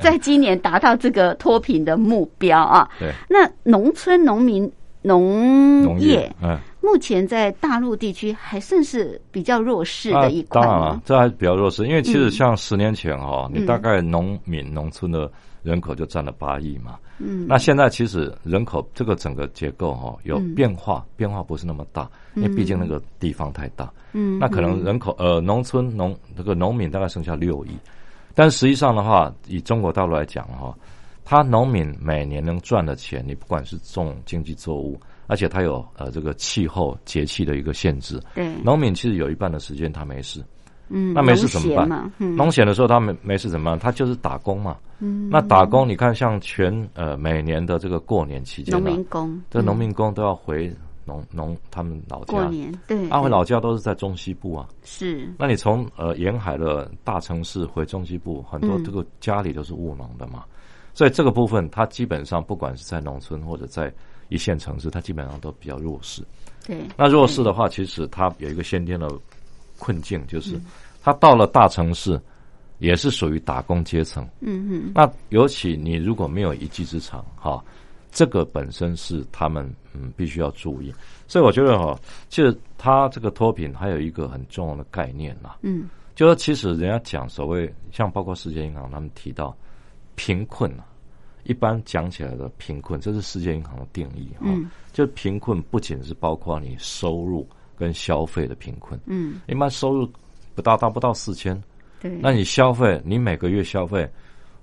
A: 在今年达到这个脱贫的目标啊！
D: 对，
A: 那农村农民农
D: 农业，嗯，
A: 目前在大陆地区还算是比较弱势
D: 啊
A: 的一块
D: 当然了
A: 吗，
D: 这还比较弱势，因为
A: 嗯
D: 其实像十年前哦，
A: 嗯
D: 你大概农民农村的人口就占了八亿嘛。
A: 嗯，
D: 那现在其实人口这个整个结构哦有
A: 嗯
D: 变化，变化不是那么大，因为毕竟那个地方太大。
A: 嗯，
D: 那可能人口呃农村农这个农民大概剩下六亿，但实际上的话，以中国大陆来讲哈、他农民每年能赚的钱，你不管是种经济作物，而且他有呃这个气候节气的一个限制，
A: 对，
D: 农民其实有一半的时间他没事，
A: 嗯，
D: 那没事怎么办
A: 农协嘛？嗯
D: 农闲的时候他没没事怎么办？他就是打工嘛。
A: 嗯
D: 那打工，你看像全呃每年的这个过年期间
A: 农
D: 啊
A: 民，工，
D: 这
A: 嗯
D: 农民工都要回农农他们老
A: 过
D: 家。
A: 年嗯对，
D: 啊，回
A: 对
D: 老家都是在中西部啊。
A: 是
D: 那你从呃沿海的大城市回中西部，很多
A: 嗯
D: 这个家里都是务农的嘛，所以这个部分它基本上不管是在农村或者在一线城市，它基本上都比较弱势。
A: 对，
D: 那弱势的话，其实它有一个先天的困境，就是它到了大城市，也是属于打工阶层。
A: 嗯嗯
D: 那尤其你如果没有一技之长，哈，这个本身是他们嗯必须要注意。所以我觉得哈，其实它这个脱贫还有一个很重要的概念啦，
A: 嗯
D: 就是其实人家讲所谓像包括世界银行他们提到贫困啊，一般讲起来的贫困，这是世界银行的定义哈、
A: 嗯
D: 就贫困不仅是包括你收入跟消费的贫困，
A: 嗯，
D: 一般收入不到达不到四千，
A: 对，
D: 那你消费，你每个月消费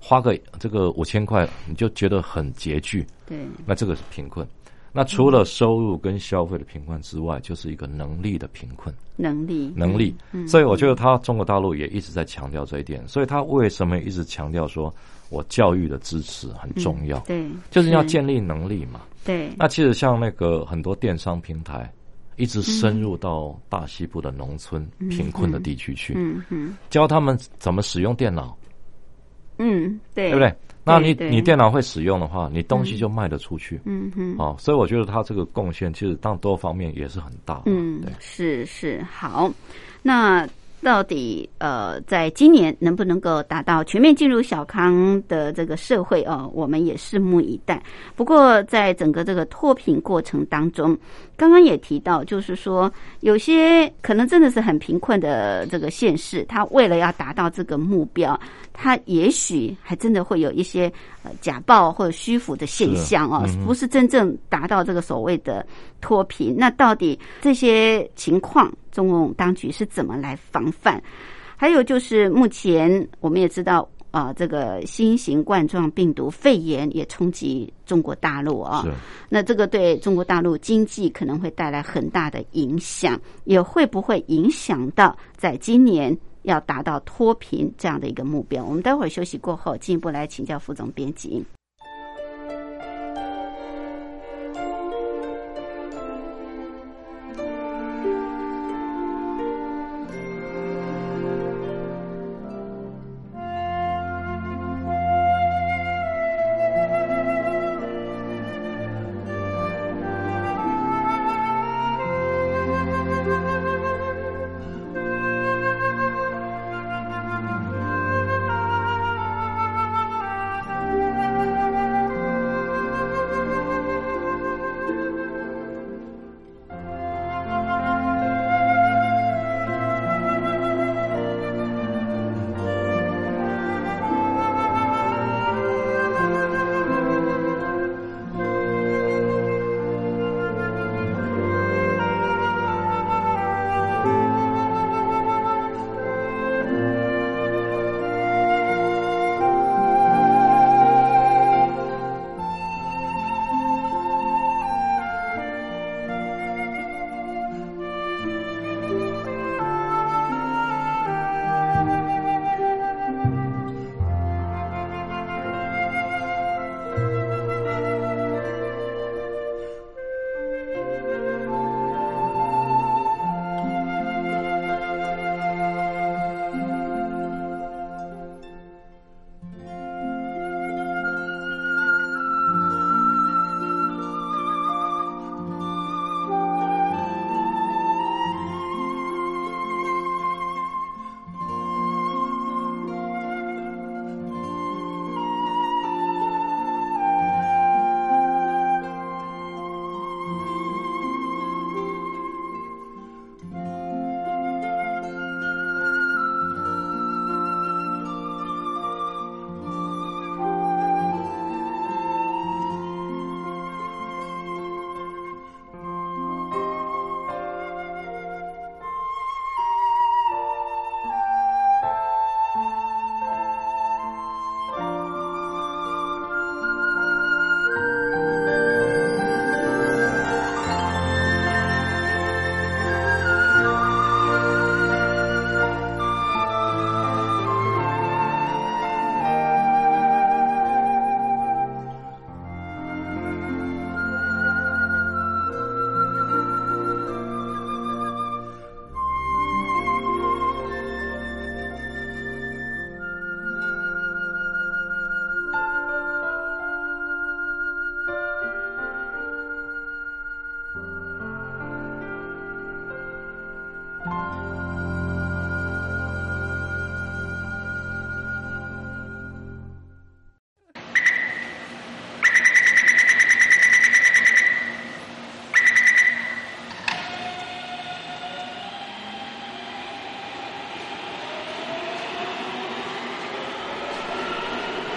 D: 花个这个五千块，你就觉得很拮据，
A: 对
D: 那这个是贫困。那除了收入跟消费的贫困之外，就是一个能力的贫困。
A: 能力
D: 能力，所以我觉得他中国大陆也一直在强调这一点，所以他为什么一直强调说我教育的支持很重要，
A: 对，
D: 就是要建立能力嘛。
A: 对，
D: 那其实像那个很多电商平台，一直深入到大西部的农村贫困的地区去，
A: 嗯嗯
D: 教他们怎么使用电脑，
A: 嗯，对，
D: 对不？对？那你
A: 对
D: 你电脑会使用的话，你东西就卖得出去。
A: 嗯嗯。
D: 哦，所以我觉得他这个贡献其实当多方面也是很大的。
A: 嗯
D: 对，，
A: 是是好。那到底呃，在今年能不能够达到全面进入小康的这个社会哦、呃我们也拭目以待。不过，在整个这个脱贫过程当中，刚刚也提到，就是说有些可能真的是很贫困的这个县市，他为了要达到这个目标，他也许还真的会有一些呃假报或者虚浮的现象哦，
D: 是嗯哼
A: 不是真正达到这个所谓的脱贫。那到底这些情况，中共当局是怎么来防范？还有就是，目前我们也知道，啊、这个新型冠状病毒肺炎也冲击中国大陆啊、
D: 是。
A: 那这个对中国大陆经济可能会带来很大的影响，也会不会影响到在今年要达到脱贫这样的一个目标？我们待会儿休息过后，进一步来请教副总编辑。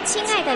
E: 亲爱的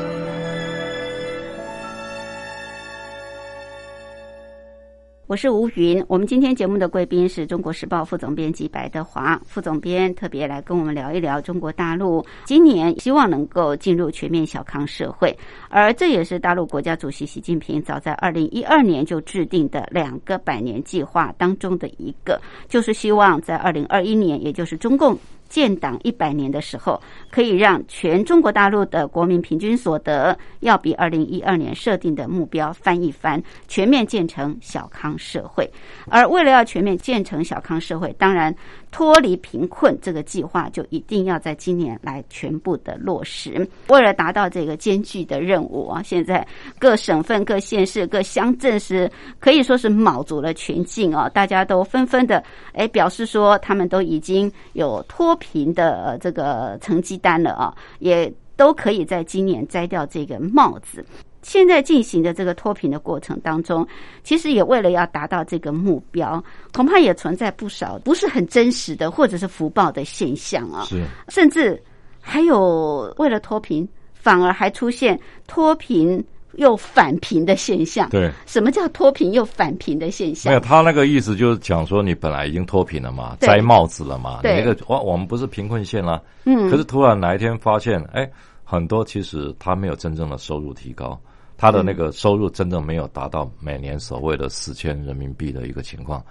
A: 我是吴云。我们今天节目的贵宾是中国时报副总编辑白德华副总编，特别来跟我们聊一聊中国大陆今年希望能够进入全面小康社会，而这也是大陆国家主席习近平早在二零一二年就制定的两个百年计划当中的一个，就是希望在二零二一年，也就是中共建党一百年的时候，可以让全中国大陆的国民平均所得要比二零一二年设定的目标翻一番，全面建成小康社会。而为了要全面建成小康社会，当然脱离贫困这个计划就一定要在今年来全部的落实。为了达到这个艰巨的任务啊，现在各省份、各县市、各乡镇是可以说是卯足了全劲啊，大家都纷纷的哎表示说他们都已经有脱贫的呃这个成绩单了啊，也都可以在今年摘掉这个帽子。现在进行的这个脱贫的过程当中，其实也为了要达到这个目标，恐怕也存在不少不是很真实的或者是福报的现象啊。
D: 是
A: 甚至还有为了脱贫，反而还出现脱贫又返贫的现象。，
D: 对。
A: 什么叫脱贫又返贫的现
D: 没有，
A: 象？
D: 他那个意思就是讲说，你本来已经脱贫了嘛，
A: 对
D: 摘帽子了嘛，你
A: 对
D: 那个我我们不是贫困县啦、
A: 嗯，
D: 可是突然哪一天发现，哎，很多其实他没有真正的收入提高，他的那个收入真正没有达到每年所谓的四千人民币的一个情况，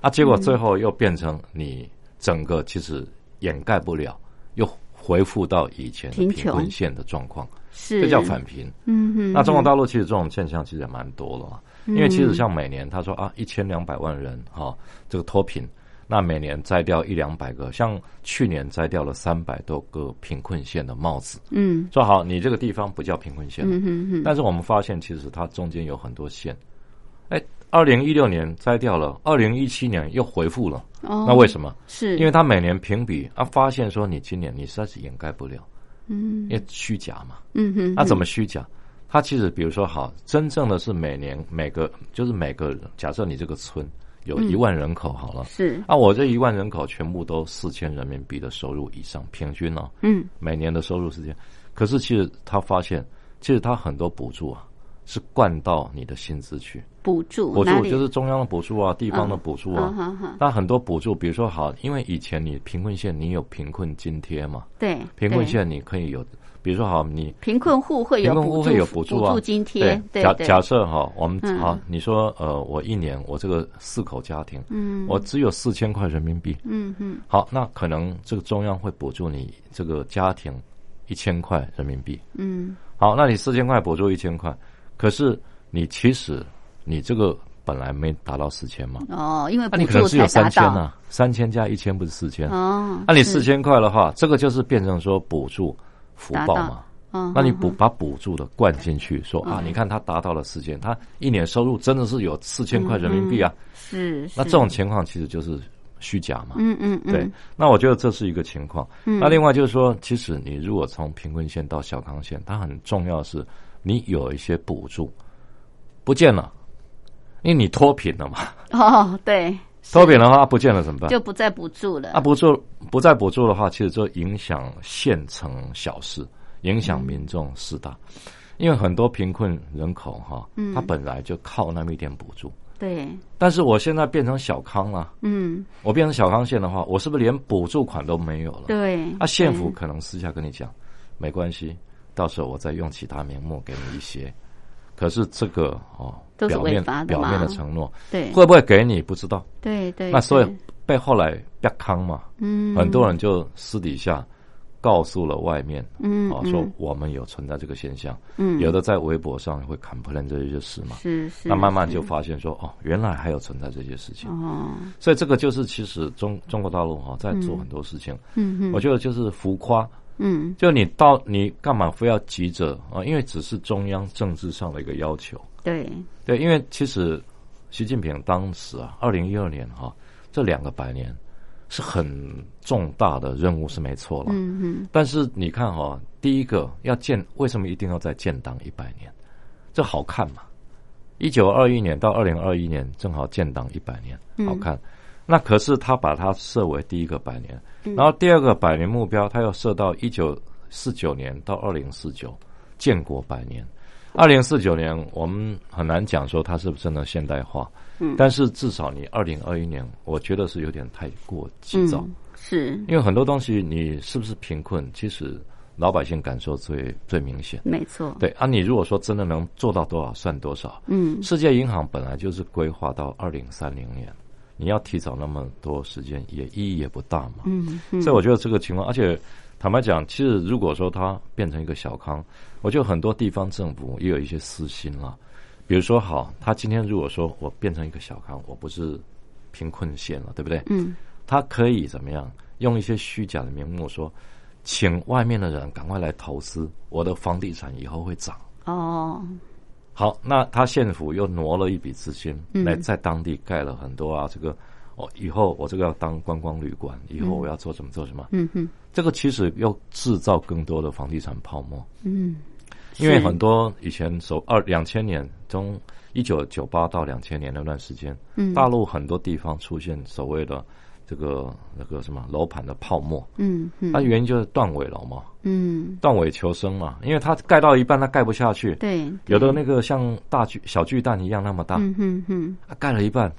D: 啊，结果最后又变成你整个其实掩盖不了，又恢复到以前的
A: 贫
D: 贫
A: 穷
D: 困县的状况，
A: 是
D: 这叫返贫。
A: 嗯哼，嗯
D: 那中国大陆其实这种现象其实也蛮多了嘛，因为其实像每年他说啊，一千两百万人哈、这个脱贫，那每年摘掉一两百个，像去年摘掉了三百多个贫困县的帽子，
A: 嗯
D: 说好你这个地方不叫贫困县，
A: 嗯哼哼，
D: 但是我们发现其实它中间有很多县，哎，二零一六年摘掉了，二零一七年又回复了，
A: 哦
D: 那为什么？
A: 是
D: 因为他每年评比啊，发现说你今年你实在是掩盖不了，
A: 嗯
D: 因为虚假嘛，
A: 嗯哼，
D: 那怎
A: 么
D: 么虚假？它其实比如说好，真正的是每年每个就是每个假设你这个村有
A: 嗯
D: 一万人口好了，
A: 是
D: 啊，我这一万人口全部都四千人民币的收入以上，平均呢、
A: 嗯
D: 每年的收入是这样。可是其实他发现，其实他很多补助啊是灌到你的薪资去，
A: 补助
D: 补
A: 哪
D: 助
A: 里
D: 就是中央的补助啊，地方的补助
A: 啊
D: 啊。
A: 哈哈，
D: 那很多补助，比如说好，因为以前你贫困县你有贫困津贴嘛，
A: 对
D: 贫困
A: 对
D: 县你可以有，比如说好你
A: 贫困户会有
D: 贫困户会有补助啊
A: 津贴，对
D: 假
A: 对
D: 假设哈，我们
A: 嗯
D: 好，你说呃，我一年我这个四口家庭，
A: 嗯
D: 我只有四千块人民币，
A: 嗯嗯
D: 好，那可能这个中央会补助你这个家庭一千块人民币，
A: 嗯
D: 好，那你四千块补助一千块，可是你其实你这个本来没达到四千嘛，
A: 哦，因为补
D: 那、你可能
A: 助
D: 只有
A: 才
D: 三
A: 达
D: 千
A: 到
D: 啊，三千加一千不是四千，那、
A: 哦，
D: 你
A: 是
D: 四千块的话，这个就是变成说补助福
A: 达
D: 报
A: 到
D: 嘛。
A: 哦
D: 那你
A: 哈
D: 补把补助的灌进去，说啊，
A: 嗯
D: 你看他达到了四千，他一年收入真的是有四千块人民币啊。
A: 是
D: 那
A: 嗯是
D: 这种情况其实就是虚假嘛。
A: 嗯嗯嗯
D: 对，那我觉得这是一个情况。
A: 嗯
D: 那另外就是说，其实你如果从贫困县到小康县，它很重要的是你有一些补助不见了，因为你脱贫了嘛，
A: 哦对，
D: 脱贫的话不见了怎么办？
A: 就不再补助了
D: 啊，补助不再补助的话，其实就影响县城小事，影响
A: 嗯
D: 民众事大。因为很多贫困人口哈，
A: 嗯
D: 他本来就靠那么一点补助，
A: 对，
D: 但是我现在变成小康了、
A: 嗯
D: 我变成小康县的话，我是不是连补助款都没有了？，
A: 对
D: 啊，县府可能私下跟你讲，没关系，到时候我再用其他名目给你一些。可是这个哦，
A: 都是
D: 表
A: 违
D: 面
A: 法的
D: 表面
A: 嘛
D: 的承诺
A: 对
D: 会不会给你不知道，
A: 对对，
D: 那所以
A: 对
D: 被后来被康嘛，
A: 嗯
D: 很多人就私底下告诉了外面，
A: 嗯
D: 啊，
A: 嗯
D: 说我们有存在这个现象，
A: 嗯
D: 有的在微博上会 complain 这些事嘛，
A: 是是
D: 那慢慢就发现说，哦，原来还有存在这些事情，
A: 哦
D: 所以这个就是其实中中国大陆哈、在做很多事情，
A: 嗯嗯
D: 我觉得就是浮夸，
A: 嗯
D: 就你到你干嘛非要急着啊？因为只是中央政治上的一个要求，
A: 对，
D: 对，因为其实习近平当时啊，二零一二年哈、这两个百年是很重大的任务是没错了。
A: 嗯嗯，
D: 但是你看哈、第一个要建，为什么一定要再建党一百年？这好看嘛？一九二一年到二零二一年正好建党一百年，
A: 嗯
D: 好看。那可是他把它设为第一个百年，
A: 嗯
D: 然后第二个百年目标，他又设到一九四九年到二零四九，建国百年。二零四九年，我们很难讲说它是不是真的现代化，
A: 嗯
D: 但是至少你二零二一年，我觉得是有点太过急躁。
A: 嗯是
D: 因为很多东西你是不是贫困，其实老百姓感受最最明显。
A: 没错，
D: 对啊，你如果说真的能做到多少算多少。
A: 嗯
D: 世界银行本来就是规划到二零三零年，你要提早那么多时间，也意义也不大嘛。
A: 嗯嗯，
D: 所以我觉得这个情况，而且坦白讲，其实如果说它变成一个小康，我觉得很多地方政府也有一些私心啦。比如说，好，他今天如果说我变成一个小康，我不是贫困县了，对不对？
A: 嗯
D: 他可以怎么样？用一些虚假的名目说，请外面的人赶快来投资，我的房地产以后会涨。
A: 哦，
D: 好，那他县府又挪了一笔资金
A: 嗯
D: 来在当地盖了很多啊，这个哦，以后我这个要当观光旅馆，以后我要做什么做什么，
A: 嗯哼
D: 这个其实又制造更多的房地产泡沫，
A: 嗯，
D: 因为
A: 是
D: 很多以前首二两千年从一九九八到两千年那段时间，
A: 嗯
D: 大陆很多地方出现所谓的这个那个什么楼盘的泡沫，
A: 嗯嗯
D: 它原因就是断尾楼嘛，
A: 嗯，
D: 断尾求生嘛，因为它盖到一半它盖不下去，
A: 对，
D: 有的那个像大巨小巨蛋一样那么大，
A: 嗯哼哼，
D: 啊盖了一半，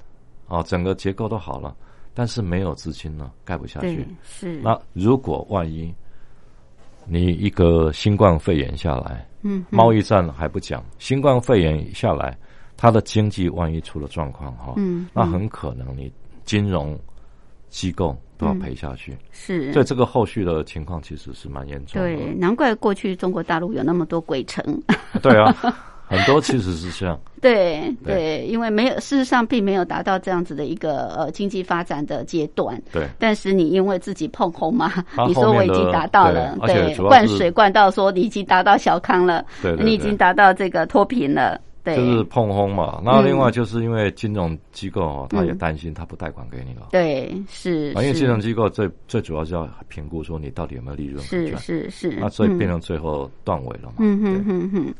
D: 啊，整个结构都好了，但是没有资金呢，盖不下
A: 对
D: 去。
A: 是，
D: 那如果万一你一个新冠肺炎下来，
A: 嗯哼
D: 贸易战还不讲，新冠肺炎下来，它的经济万一出了状况哈，
A: 嗯
D: 那很可能你金融机构都
A: 嗯
D: 要赔下去。
A: 是
D: 所以这个后续的情况其实是蛮严重的。
A: 对，难怪过去中国大陆有那么多鬼城。 [LAUGHS]
D: [LAUGHS] 对啊，很多其实是这样。
A: 对
D: 对
A: 对，因为没有，事实上并没有达到这样子的一个呃经济发展的阶段。
D: 对。
A: 但是你因为自己碰红嘛
D: 它，
A: 你说
D: 啊后
A: 我
D: 面
A: 已
D: 的
A: 经达到了，
D: 对而且主要
A: 灌
D: 是
A: 水灌到说你已经达到小康了，
D: 对对
A: 你已
D: 对
A: 经达到这个脱贫了，对，
D: 就是碰轰嘛。那
A: 嗯
D: 另外就是因为金融机构哦，他也
A: 嗯
D: 担心他不贷款给你了，
A: 对，是，
D: 啊，因为
A: 是
D: 金融机构最最主要是要评估说你到底有没有利润可
A: 是
D: 赚，
A: 是是，
D: 那啊所以
A: 嗯
D: 变成最后断尾了嘛。
A: 嗯哼
D: 对，
A: 哼哼，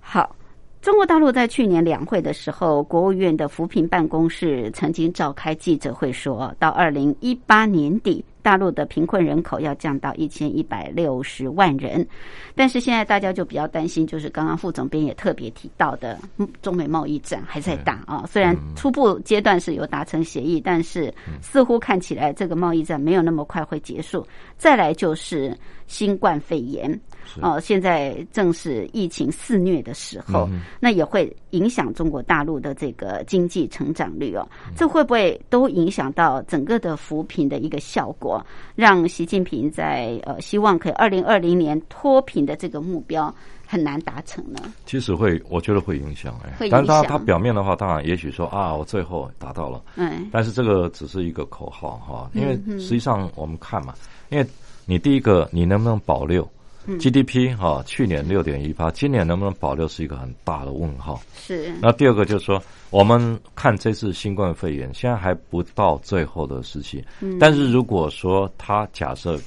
A: 好。中国大陆在去年两会的时候，国务院的扶贫办公室曾经召开记者会说，到二零一八年底，大陆的贫困人口要降到一千一百六十万人。但是现在大家就比较担心，就是刚刚副总编也特别提到的，嗯中美贸易战还在打
D: 嗯
A: 啊。虽然初步阶段是有达成协议，但是
D: 嗯
A: 似乎看起来这个贸易战没有那么快会结束。再来就是新冠肺炎，哦、现在正是疫情肆虐的时候，
D: 嗯
A: 那也会影响中国大陆的这个经济成长率哦。
D: 嗯
A: 这会不会都影响到整个的扶贫的一个效果，让习近平在呃希望可以二零二零年脱贫的这个目标很难达成呢？
D: 其实会，我觉得会影响哎
A: 会，
D: 但是他
A: 影响
D: 他表面的话，当然也许说啊，我最后达到了，
A: 嗯，
D: 但是这个只是一个口号哈，因为实际上我们看嘛，因为你第一个你能不能保六 GDP 哈，去年六点一八，今年能不能保六是一个很大的问号。
A: 是，
D: 那第二个就是说，我们看这次新冠肺炎，现在还不到最后的时期。
A: 嗯
D: 但是如果说它假设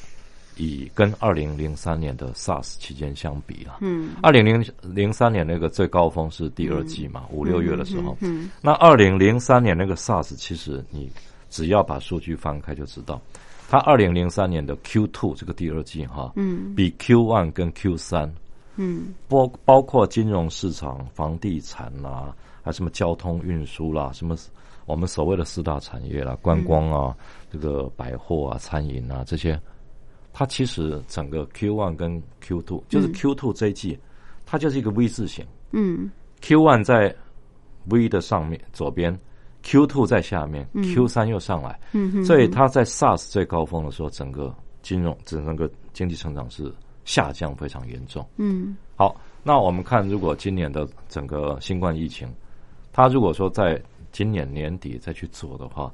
D: 以跟二零零三年的 SARS 期间相比了，
A: 嗯，
D: 二零零零三年那个最高峰是第二季嘛，五六月的时候。
A: 嗯
D: 那二零零三年那个 SARS，其实你只要把数据翻开就知道，它二零零三年的 Q two 这个第二季哈，
A: 嗯
D: 比 Q one 跟 Q 三
A: 嗯
D: 包包括金融市场、房地产啦、还有什么交通运输啦，什么我们所谓的四大产业啦，观光啊，这个百货啊、餐饮啊这些，它其实整个 Q one 跟 Q two 就是 Q two 这一季，它就是一个 V 字形
A: 嗯
D: ，Q one 在 V 的上面左边。Q two 在下面、q 三又上来，
A: 嗯
D: 所以它在 SARS 最高峰的时候，整个金融、整个经济成长是下降非常严重。
A: 嗯
D: 好，那我们看，如果今年的整个新冠疫情，它如果说在今年年底再去做的话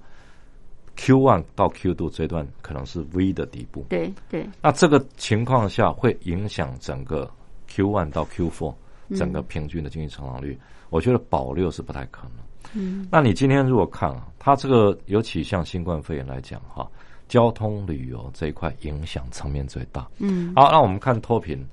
D: ，Q one 到 Q two 这段可能是 V 的底部。
A: 对对，
D: 那这个情况下会影响整个 Q one 到 Q four
A: 嗯
D: 整个平均的经济成长率，我觉得保六是不太可能。嗯，那你今天如果看啊，它这个尤其像新冠肺炎来讲哈、交通旅游这一块影响层面最大。
A: 嗯
D: 好，那我们看脱贫。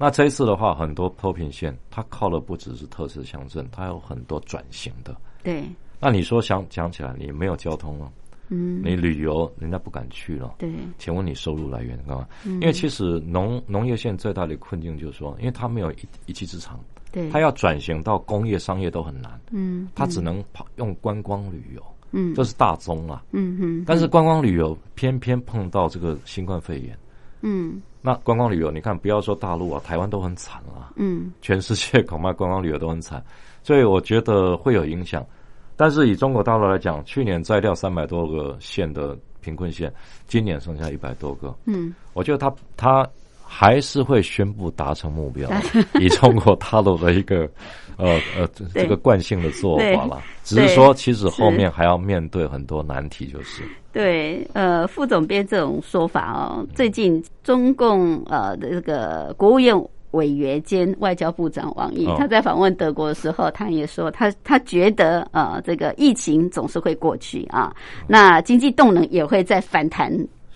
D: 那这一次的话，很多脱贫县它靠的不只是特色乡镇，它有很多转型的。
A: 对，
D: 那你说想讲起来，你没有交通了，
A: 嗯
D: 你旅游人家不敢去了，
A: 对，
D: 请问你收入来源干嘛？
A: 嗯
D: 因为其实农农业县最大的困境就是说，因为它没有一一技之长，
A: 对，
D: 它要转型到工业、商业都很难，
A: 嗯
D: 它只能跑用观光旅游，
A: 嗯
D: 这是大宗啊。
A: 嗯嗯
D: 但是观光旅游偏偏碰到这个新冠肺炎，
A: 嗯
D: 那观光旅游你看，不要说大陆啊，台湾都很惨啊，
A: 嗯
D: 全世界恐怕观光旅游都很惨，所以我觉得会有影响。但是以中国大陆来讲，去年摘掉三百多个县的贫困县，今年剩下一百多个，
A: 嗯，
D: 我觉得他他还是会宣布达成目标，以中国大陆的一个呃呃这
A: 对
D: 这个惯性的做法啦。只
A: 对
D: 是说，其实后
A: 是
D: 面还要面对很多难题，就是
A: 对，呃，副总编这种说法哦，最近中共呃的这个国务院。委员兼外交部长王毅
D: 哦，
A: 他在访问德国的时候，他也说他他觉得呃，这个疫情总是会过去啊，那经济动能也会再反弹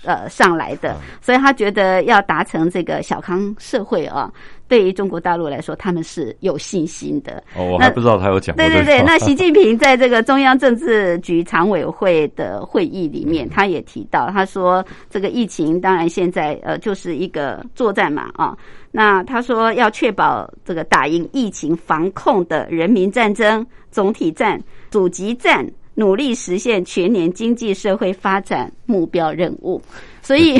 A: 呃上来的，所以他觉得要达成这个小康社会啊，对于中国大陆来说，他们是有信心的。
D: 哦，我
A: 那
D: 还不知道他有讲过
A: 对
D: 这
A: 对
D: 个
A: 对，
D: 话
A: 那习近平在这个中央政治局常委会的会议里
D: 嗯
A: 面，他也提到，他说这个疫情当然现在呃就是一个作战嘛啊，那他说要确保这个打赢疫情防控的人民战争、总体战、阻击战。努力实现全年经济社会发展目标任务，所
D: [LAUGHS]
A: 以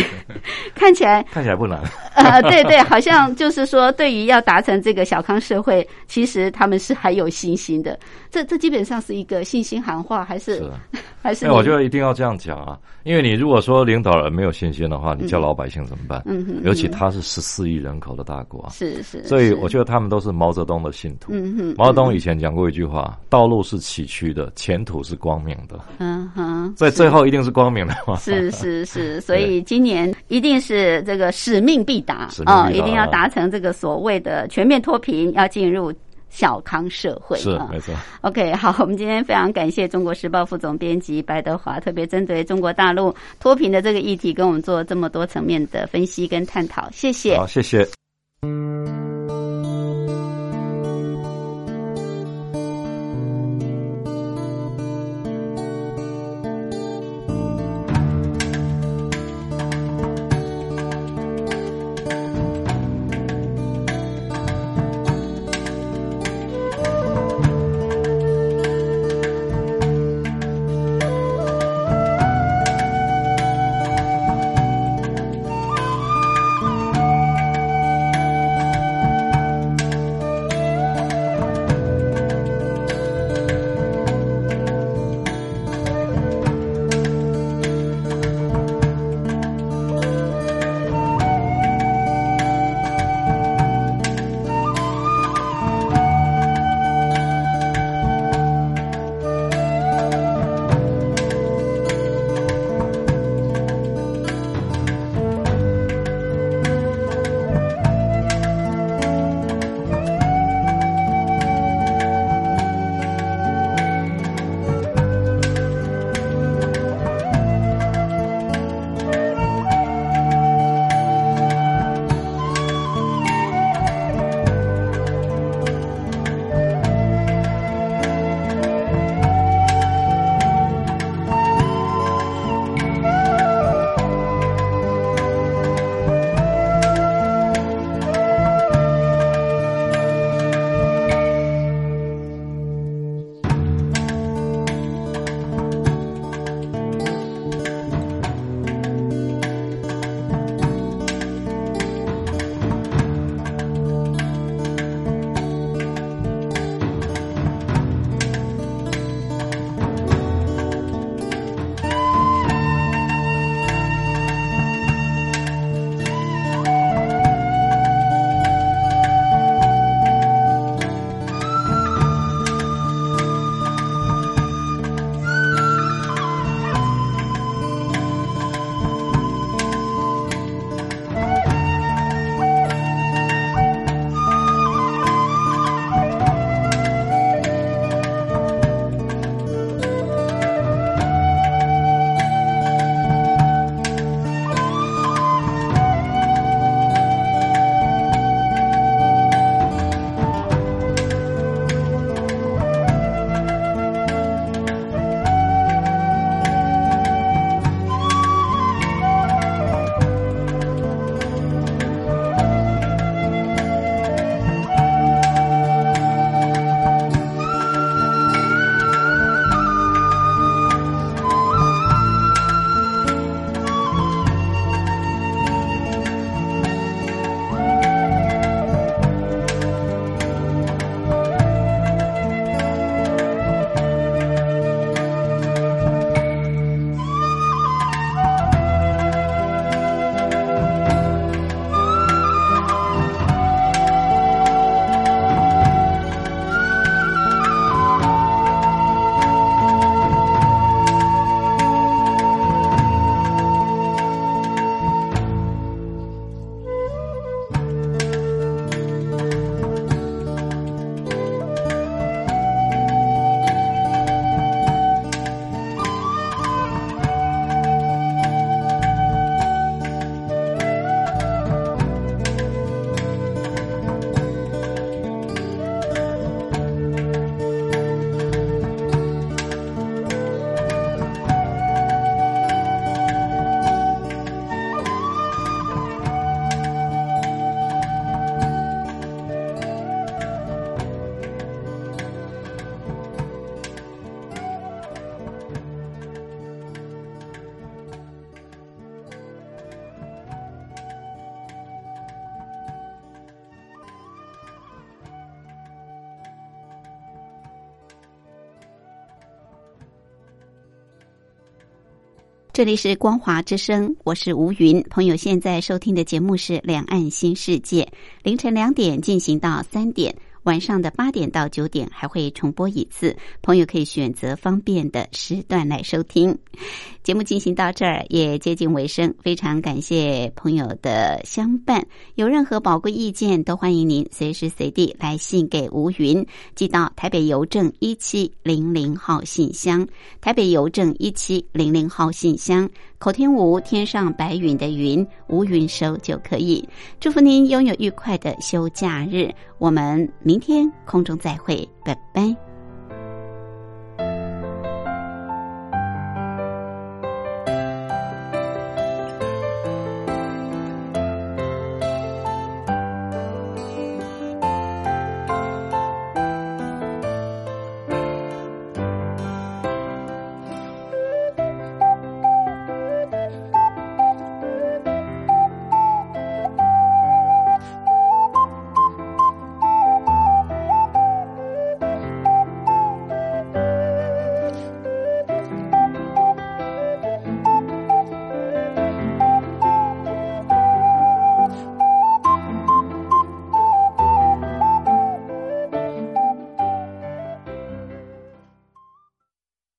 A: 看起来
D: [LAUGHS] 看起来不难。
A: [LAUGHS] 呃，对对，好像就是说，对于要达成这个小康社会，其实他们是还有信心的。这这基本上是一个信心喊话，还是
D: 是啊
A: 还是
D: 那
A: 你？
D: 我觉得一定要这样讲啊，因为你如果说领导人没有信心的话，你叫老百姓怎么办？
A: 嗯哼
D: 尤其他是十四亿人口的大国啊，
A: 是是，
D: 所以
A: 是
D: 我觉得他们都是毛泽东的信徒。
A: 嗯哼，
D: 毛泽东以前讲过一句话：“道路是崎岖的，前途是光明的。
A: 嗯哼”，
D: 所以最后一定是光明的嘛。
A: 是是
D: [LAUGHS]
A: 是，所以今年一定是这个使命必达
D: 使命必达
A: 啊、一定要达成这个所谓的全面脱贫，要进入小康社会
D: 是
A: 啊。
D: 没错。
A: OK，好， [LAUGHS] 我们今天非常感谢《中国时报》副总编辑白德华，特别针对中国大陆脱贫的这个议题，跟我们做这么多层面的分析跟探讨，谢谢。
D: 好，谢谢。
A: 这里是光华之声，我是吴云。朋友现在收听的节目是《两岸新世界》，凌晨两点进行到三点，晚上的八点到九点还会重播一次。朋友可以选择方便的时段来收听。节目进行到这儿也接近尾声，非常感谢朋友的相伴。有任何宝贵意见，都欢迎您随时随地来信给吴云，寄到台北邮政一七零零号信箱。台北邮政一七零零号信箱，口天吴天上白云的云，吴云收就可以。祝福您拥有愉快的休假日，我们明天空中再会，拜拜。